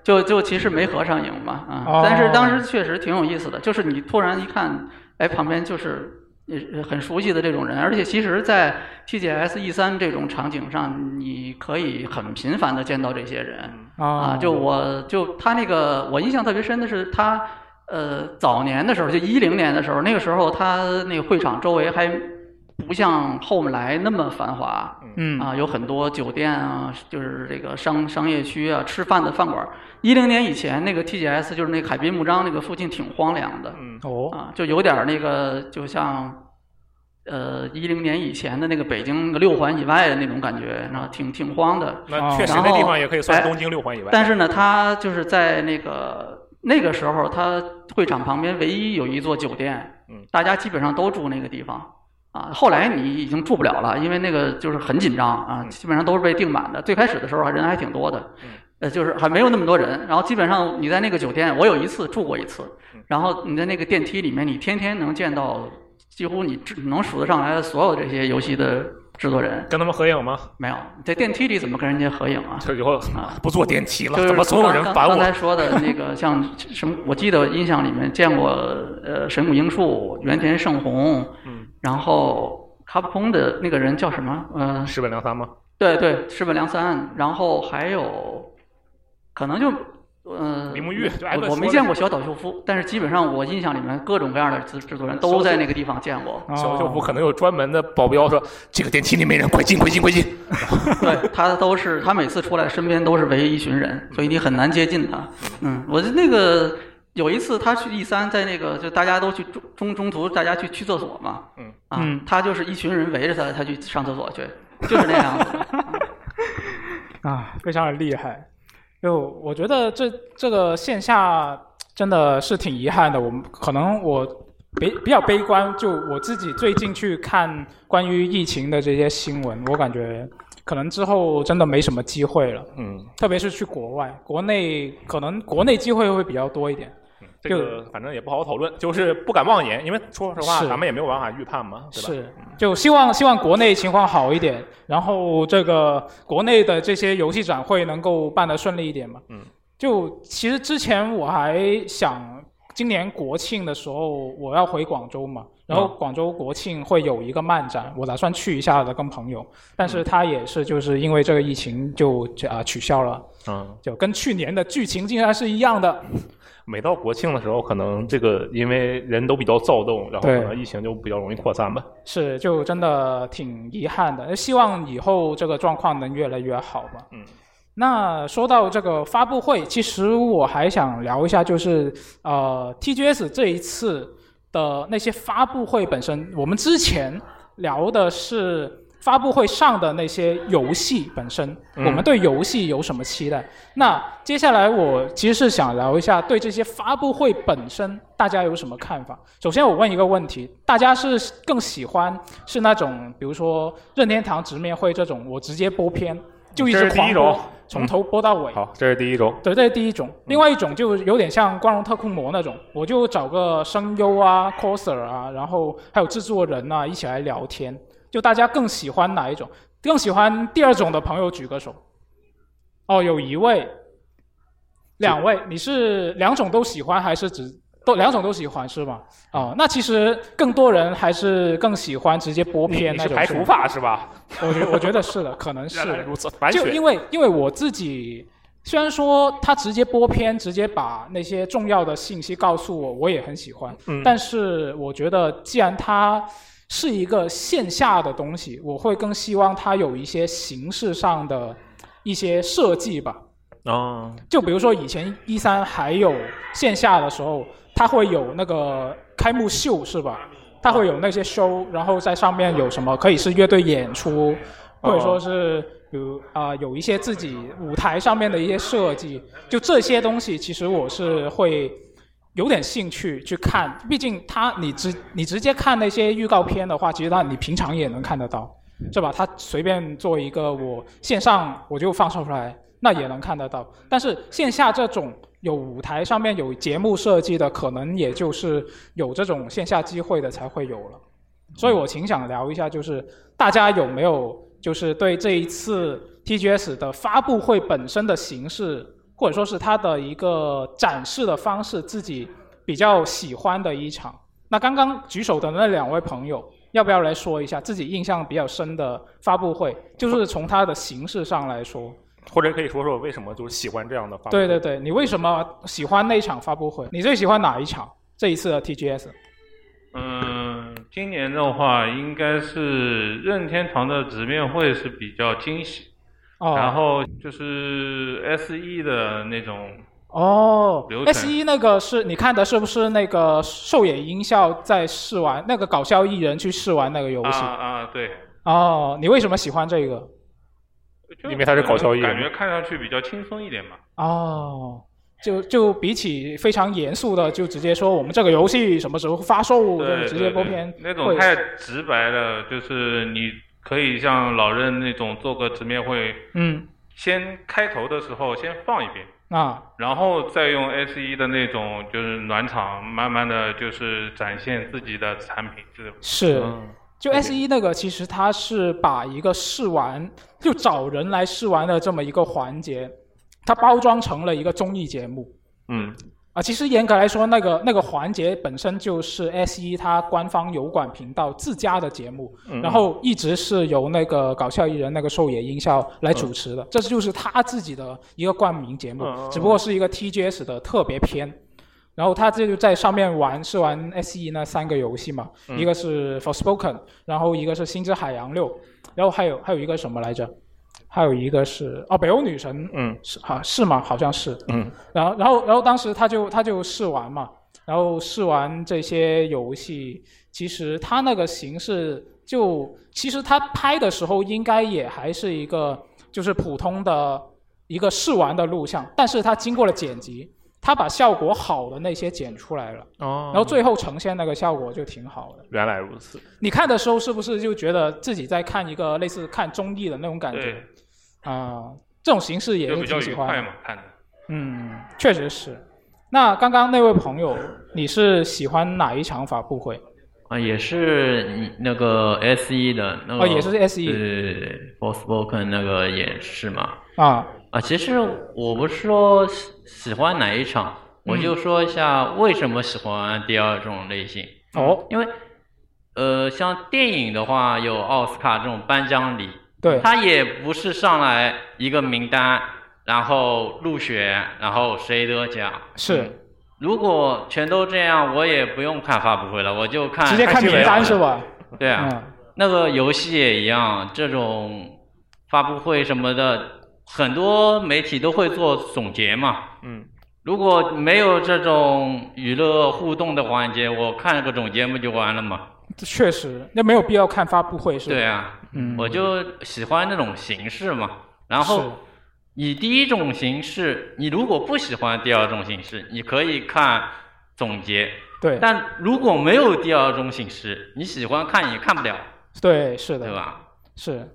就就其实没合上赢嘛啊、哦但是当时确实挺有意思的，就是你突然一看，哎，旁边就是。也很熟悉的这种人，而且其实，在 TGS E 3这种场景上，你可以很频繁的见到这些人嗯啊。就我就他那个，我印象特别深的是他呃早年的时候，就一零年的时候，那个时候他那个会场周围还不像后来那么繁华，嗯啊，有很多酒店啊，就是这个商商业区啊，吃饭的饭馆。一零年以前，那个 TGS 就是那个海滨木章那个附近挺荒凉的，嗯哦，啊，就有点儿那个，就像，呃，一零年以前的那个北京那个六环以外的那种感觉，那挺挺荒的。啊那确实然那地后方也可以算哎东京六环以外。但是呢，他就是在那个那个时候，他会场旁边唯一有一座酒店，嗯大家基本上都住那个地方。啊，后来你已经住不了了，因为那个就是很紧张嗯啊，基本上都是被订满的。最开始的时候还人还挺多的，呃，就是还没有那么多人。然后基本上你在那个酒店，我有一次住过一次，嗯然后你在那个电梯里面，你天天能见到几乎你只能数得上来的所有这些游戏的制作人。跟他们合影吗？没有，你在电梯里怎么跟人家合影啊？这以后啊不坐电梯了，就是怎么所有人刚烦刚才我？说的那 个，像什么，我记得印象里面见过，呃，神谷英树、原田胜宏，嗯，然后卡普空的那个人叫什么？呃，石本良三吗？对对，石本良三，然后还有，可能就，呃，铃木玉就挨个我我没说见了过小岛秀夫，但是基本上我印象里面各种各样的制制作人小哦都岛在秀那个地方见过。小舅夫可能有专门的保镖说，这个电梯里没人，快进，快进，快进。对他都是，他每次出来身边都是围一群人，所以你很难接近他。嗯，我就那个有一次他去 E 三，在那个就大家都去中中中途大家去去厕所嘛，嗯啊嗯，他就是一群人围着他，他去上厕所去，就是那样子。啊，非常的厉害。就我觉得这这个线下真的是挺遗憾的，我们可能我比比较悲观，就我自己最近去看关于疫情的这些新闻，我感觉可能之后真的没什么机会了，嗯，特别是去国外，国内可能国内机会会比较多一点。这个反正也不好讨论，就是不敢妄言，因为说实话，是咱们也没有办法预判嘛，对吧？是，就希望希望国内情况好一点，然后这个国内的这些游戏展会能够办得顺利一点嘛。嗯，就其实之前我还想，今年国庆的时候我要回广州嘛，然后嗯广州国庆会有一个漫展，我打算去一下的，跟朋友，但嗯是他也是就是因为这个疫情就啊、取消了，嗯，就跟去年的剧情竟然是一样的。每到国庆的时候，可能这个因为人都比较躁动，然后对可能疫情就比较容易扩散吧。是，就真的挺遗憾的。希望以后这个状况能越来越好吧。嗯。那说到这个发布会，其实我还想聊一下，就是呃，TGS 这一次的那些发布会本身，我们之前聊的是发布会上的那些游戏本身，嗯我们对游戏有什么期待？那接下来我其实是想聊一下对这些发布会本身大家有什么看法。首先我问一个问题，大家是更喜欢是那种比如说任天堂直面会这种，我直接播片就一这直是第狂一种嗯播，从头播到尾。好，这是第一种。对，这是第一种。另外一种就有点像《光荣特库摩》那种，我就找个声优啊、coser 啊，然后还有制作人啊一起来聊天。就大家更喜欢哪一种？更喜欢第二种的朋友举个手。哦，有一位，两位，你是两种都喜欢还是只都两种都喜欢是吗？嗯哦，那其实更多人还是更喜欢直接播你片你那是种。排除法是吧？我觉我觉得是的，可能是原来的。如此，完就全因为因为我自己虽然说他直接播片，直接把那些重要的信息告诉我，我也很喜欢。嗯但是我觉得，既然它是一个线下的东西，我会更希望它有一些形式上的一些设计吧。啊，就比如说以前一三还有线下的时候，它会有那个开幕秀是吧？它会有那些 show，然后在上面有什么可以是乐队演出，或者说是比如啊、有一些自己舞台上面的一些设计，就这些东西其实我是会有点兴趣去看，毕竟它你直你直接看那些预告片的话，其实它你平常也能看得到。是吧？他随便做一个，我线上我就放出来，那也能看得到。但是线下这种有舞台上面有节目设计的，可能也就是有这种线下机会的才会有了。所以我挺想聊一下，就是大家有没有就是对这一次 TGS 的发布会本身的形式或者说是他的一个展示的方式，自己比较喜欢的一场。那刚刚举手的那两位朋友，要不要来说一下自己印象比较深的发布会？就是从它的形式上来说， 或者可以说说为什么就是喜欢这样的发布对对对，你为什么喜欢那一场发布会？你最喜欢哪一场？这一次的 TGS？嗯，今年的话应该是任天堂的直面会是比较惊喜，哦然后就是 S E 的那种哦流程，S 一那个是你看的是不是那个兽野音效在试玩那个搞笑艺人去试玩那个游啊戏？啊，对，哦，你为什么喜欢这个？因为他是搞笑艺人感觉看上去比较轻松一点嘛。哦，就就比起非常严肃的，就直接说我们这个游戏什么时候发售，对就直接播片对对，那种会太直白了，就是你可以像老任那种做个直面会，嗯先开头的时候先放一遍，啊然后再用 S 1的那种就是暖场，慢慢的就是展现自己的产品这种。是。嗯就 S 一那个，其实它是把一个试玩，就找人来试玩的这么一个环节，它包装成了一个综艺节目。嗯，啊，其实严格来说，那个那个环节本身就是 S 一它官方油管频道自家的节目，嗯然后一直是由那个搞笑艺人那个兽野音效嗯来主持的，这就是他自己的一个冠名节目，嗯只不过是一个 TGS 的特别篇。然后他这就在上面玩是玩 S E 那三个游戏嘛，嗯一个是 Forspoken，然后一个是星之海洋六，然后还有还有一个什么来着？还有一个是哦，北欧女神，嗯，是啊，是吗？好像是，嗯，然后然后然后当时他就他就试玩嘛，然后试玩这些游戏，其实他那个形式就其实他拍的时候应该也还是一个就是普通的一个试玩的录像，但是他经过了剪辑，他把效果好的那些剪出来了，哦然后最后呈现那个效果就挺好的。原来如此，你看的时候是不是就觉得自己在看一个类似看综艺的那种感觉？对，啊、这种形式也就是比较挺喜愉欢的快嘛，看着。嗯，确实是。那刚刚那位朋友，你是喜欢哪一场发布会？啊，也是你那个 S E 的那个，哦也是 SE 对对对对，Forspoken 那个也是嘛。啊啊，其实我不是说喜喜欢哪一场，我嗯就说一下为什么喜欢第二种类型。哦，因为呃，像电影的话，有奥斯卡这种颁奖礼，对它也不是上来一个名单，然后入选，然后谁得奖。是如果全都这样，我也不用看发布会了，我就看直接看新名闻单是吧？对啊，嗯那个游戏也一样，这种发布会什么的，很多媒体都会做总结嘛。嗯，如果没有这种娱乐互动的环节，我看个总结不就完了嘛？确实，那没有必要看发布会是吧？对啊，嗯我就喜欢那种形式嘛。然后是你第一种形式，你如果不喜欢第二种形式，你可以看总结。对但如果没有第二种形式，你喜欢看也看不了，对，是的，对吧？是，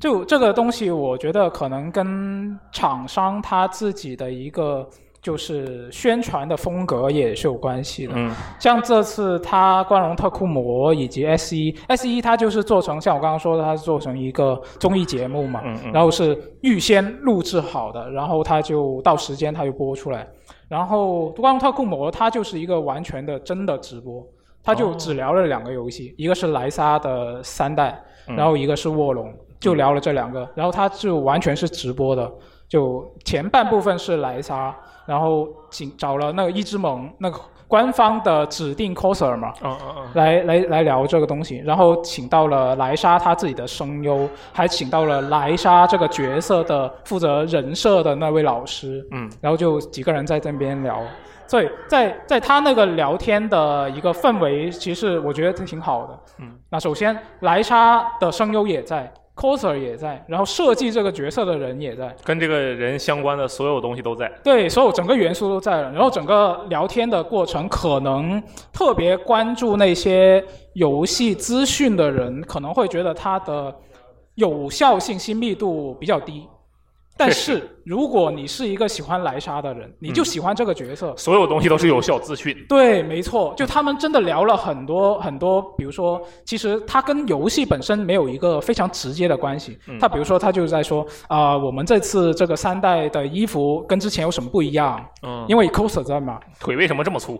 就这个东西，我觉得可能跟厂商他自己的一个就是宣传的风格也是有关系的。嗯，像这次它光荣特库摩以及 S 一 S 一，它就是做成像我刚刚说的，它是做成一个综艺节目嘛，嗯嗯然后是预先录制好的，然后它就到时间它就播出来。然后光荣特库摩它就是一个完全的真的直播，它哦就只聊了两个游戏，一个是莱莎的三代，嗯然后一个是卧龙，就聊了这两个，然后它就完全是直播的，就前半部分是莱莎，然后请找了那个一之盟那个官方的指定 coser 嘛，嗯嗯嗯，来来来聊这个东西，然后请到了莱莎她自己的声优，还请到了莱莎这个角色的负责人设的那位老师，嗯，然后就几个人在这边聊，所以在在他那个聊天的一个氛围，其实我觉得挺好的。嗯，那首先莱莎的声优也在，coser 也在，然后设计这个角色的人也在，跟这个人相关的所有东西都在。对，所有整个元素都在了。然后整个聊天的过程，可能特别关注那些游戏资讯的人，可能会觉得它的有效信息密度比较低。但是如果你是一个喜欢莱莎的人，你就喜欢这个角色，所有东西都是有效资讯。对，没错，就他们真的聊了很多很多，比如说，其实它跟游戏本身没有一个非常直接的关系嗯。他比如说，他就在说啊、我们这次这个三代的衣服跟之前有什么不一样？嗯因为 coser 在嘛，腿为什么这么粗？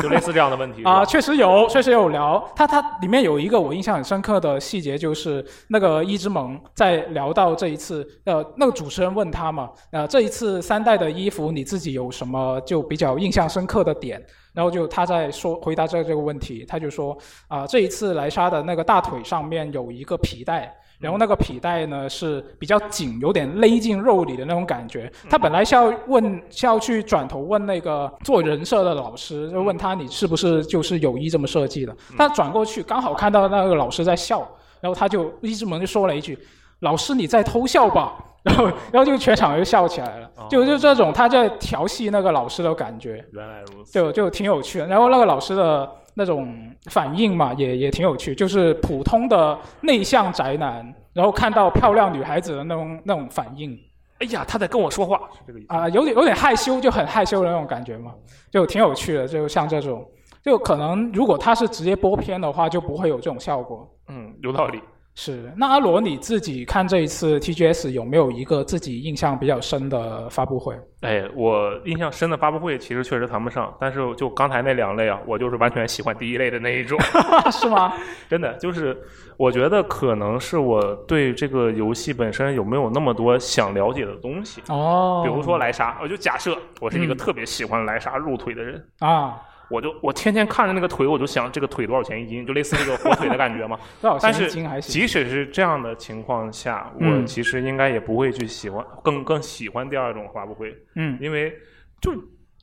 就类似这样的问题。啊，确实有，确实有聊。它它里面有一个我印象很深刻的细节，就是那个一之盟在聊到这一次，呃，那个主持人问他嘛，呃，这一次三代的衣服你自己有什么就比较印象深刻的点？然后就他在说回答这这个问题，他就说啊、这一次莱莎的那个大腿上面有一个皮带。然后那个皮带呢是比较紧，有点勒进肉里的那种感觉。嗯他本来是要问，是要去转头问那个做人设的老师，就问他你是不是就是有意这么设计的。嗯他转过去刚好看到那个老师在笑，然后他就一直门就说了一句：“老师你在偷笑吧。” 然后然后就全场就笑起来了，就就这种他在调戏那个老师的感觉。哦原来如此。就就挺有趣的。然后那个老师的那种反应嘛，也也挺有趣，就是普通的内向宅男，然后看到漂亮女孩子的那种那种反应哎呀，他在跟我说话，是这个意思。啊、有点有点害羞，就很害羞的那种感觉嘛，就挺有趣的。就像这种，就可能如果他是直接播片的话，就不会有这种效果。嗯，有道理。是，那阿罗你自己看这一次 TGS 有没有一个自己印象比较深的发布会？哎，我印象深的发布会其实确实谈不上，但是就刚才那两类啊，我就是完全喜欢第一类的那一种， 是吗？ 真的就是，我觉得可能是我对这个游戏本身有没有那么多想了解的东西。哦比如说莱莎，我就假设我是一个嗯特别喜欢莱莎入腿的人，啊，。我就我天天看着那个腿，我就想这个腿多少钱一斤，就类似这个火腿的感觉嘛 多少钱但一是斤还行即使是这样的情况下，我嗯其实应该也不会去喜欢，更更喜欢第二种发布会。嗯因为就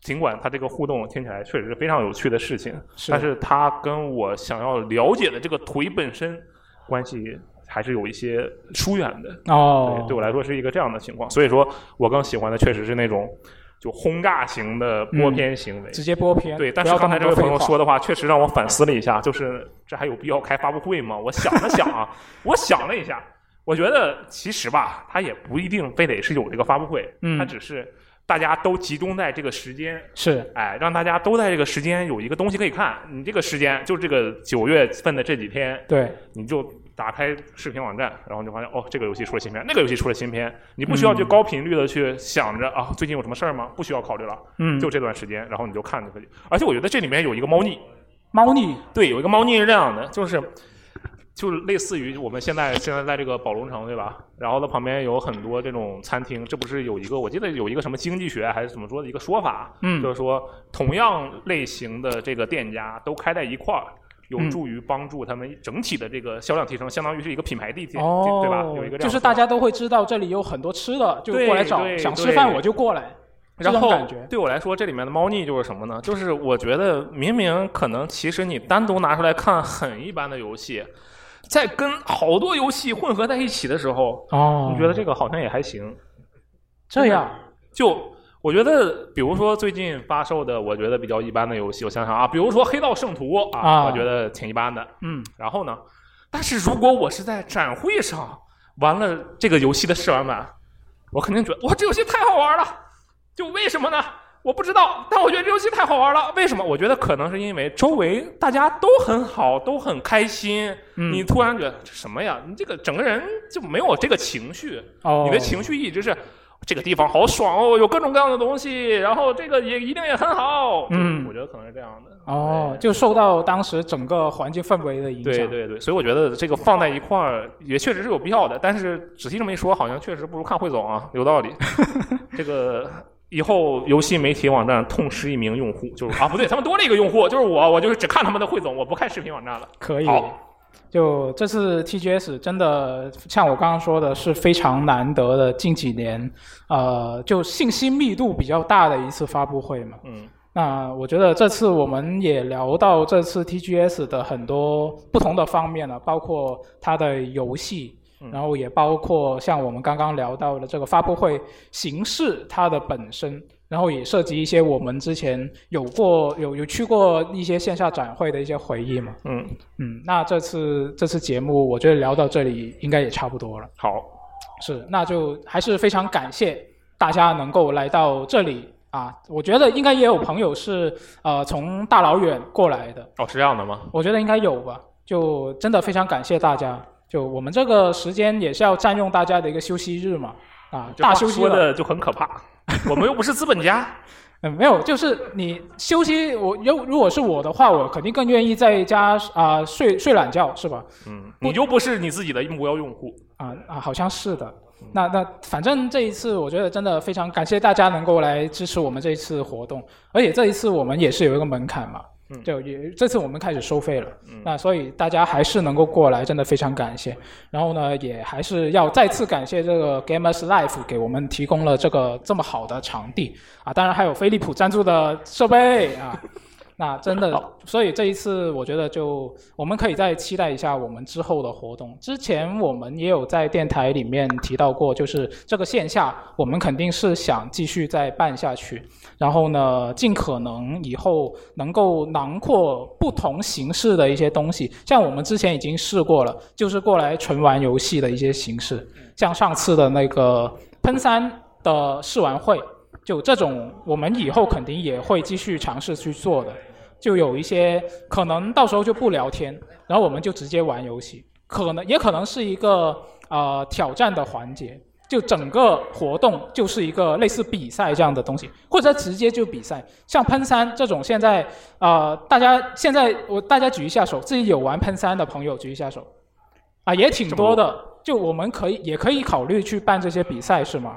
尽管它这个互动听起来确实是非常有趣的事情，是但是它跟我想要了解的这个腿本身关系还是有一些疏远的。哦对，对我来说是一个这样的情况，所以说我更喜欢的确实是那种就轰炸型的嗯播片行为，直接播片。对，但不是要刚才动这位很多朋友废话说的话，确实让我反思了一下，就是这还有必要开发布会吗？我想了想啊，我想了一下，我觉得其实吧，它也不一定非得是有这个发布会，嗯它只是大家都集中在这个时间，是，哎，让大家都在这个时间有一个东西可以看。你这个时间就这个九月份的这几天，对，你就打开视频网站，然后你就发现哦，这个游戏出了新片，那个游戏出了新片，你不需要去嗯高频率的去想着、啊，最近有什么事儿吗？不需要考虑了，嗯就这段时间，然后你就看就可以。而且我觉得这里面有一个猫腻，猫腻，对，有一个猫腻是这样的，就是。就是类似于我们现在现在在这个宝龙城对吧？然后它旁边有很多这种餐厅，这不是有一个我记得有一个什么经济学还是怎么说的一个说法，嗯就是说同样类型的这个店家都开在一块儿，有嗯助于帮助他们整体的这个销量提升，相当于是一个品牌地对哦，对吧？有一个这就样是的大家都会知道这里有很多吃的，就对过来找，对想吃对饭我就过来，这然种后感觉。对我来说，这里面的猫腻就是什么呢？就是我觉得明明可能其实你单独拿出来看很一般的游戏，在跟好多游戏混合在一起的时候，哦你觉得这个好像也还行。这样就我觉得，比如说最近发售的，我觉得比较一般的游戏，我想想啊，比如说《黑道圣徒》啊，啊我觉得挺一般的。嗯，然后呢，但是如果我是在展会上玩了这个游戏的试玩版，我肯定觉得哇，这游戏太好玩了。就为什么呢？我不知道，但我觉得这游戏太好玩了。为什么？我觉得可能是因为周围大家都很好，都很开心。嗯你突然觉得这什么呀？你这个整个人就没有这个情绪，哦你的情绪一直是这个地方好爽哦，有各种各样的东西，然后这个也一定也很好。嗯就我觉得可能是这样的。哦，就受到当时整个环境氛围的影响。对对对，所以我觉得这个放在一块儿也确实是有必要的，但是仔细这么一说，好像确实不如看汇总啊，有道理。 这个以后游戏媒体网站痛失一名用户，就是啊，不对，他们多了一个用户，就是我，我就是只看他们的汇总，我不看视频网站了。可以。就这次 TGS 真的像我刚刚说的，是非常难得的近几年，呃，就信息密度比较大的一次发布会嘛。嗯。那我觉得这次我们也聊到这次 TGS 的很多不同的方面了，包括它的游戏，然后也包括像我们刚刚聊到的这个发布会形式它的本身，然后也涉及一些我们之前有过有有去过一些线下展会的一些回忆嘛。嗯嗯，那这次这次节目我觉得聊到这里应该也差不多了。好，是，那就还是非常感谢大家能够来到这里啊！我觉得应该也有朋友是呃从大老远过来的，哦，是这样的吗？我觉得应该有吧。就真的非常感谢大家，就我们这个时间也是要占用大家的一个休息日嘛，啊，这大话休息说了的就很可怕，我们又不是资本家。 嗯，没有，就是你休息，我如如果是我的话，我肯定更愿意在家啊、睡睡懒觉，是吧？嗯，你又不是你自己的目标用户。啊啊，好像是的。那那反正这一次，我觉得真的非常感谢大家能够来支持我们这一次活动，而且这一次我们也是有一个门槛嘛，嗯就也这次我们开始收费了，那所以大家还是能够过来，真的非常感谢。然后呢，也还是要再次感谢这个 Gamers Life 给我们提供了这个这么好的场地啊，当然还有飞利浦赞助的设备啊。那真的，所以这一次我觉得就我们可以再期待一下我们之后的活动。之前我们也有在电台里面提到过，就是这个线下我们肯定是想继续再办下去，然后呢，尽可能以后能够囊括不同形式的一些东西。像我们之前已经试过了，就是过来纯玩游戏的一些形式，像上次的那个喷三的试玩会。就这种，我们以后肯定也会继续尝试去做的。就有一些可能到时候就不聊天，然后我们就直接玩游戏，可能也可能是一个呃挑战的环节。就整个活动就是一个类似比赛这样的东西，或者直接就比赛。像喷三这种，现在呃大家现在我大家举一下手，自己有玩喷三的朋友举一下手，啊也挺多的。就我们可以也可以考虑去办这些比赛，是吗？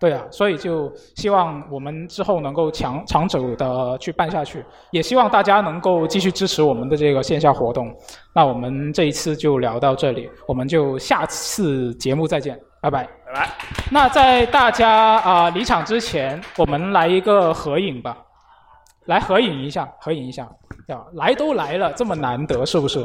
对啊，所以就希望我们之后能够长长久的去办下去，也希望大家能够继续支持我们的这个线下活动。那我们这一次就聊到这里，我们就下次节目再见，拜拜。拜拜。那在大家啊、离场之前，我们来一个合影吧，来合影一下，合影一下，对吧？来都来了，这么难得是不是？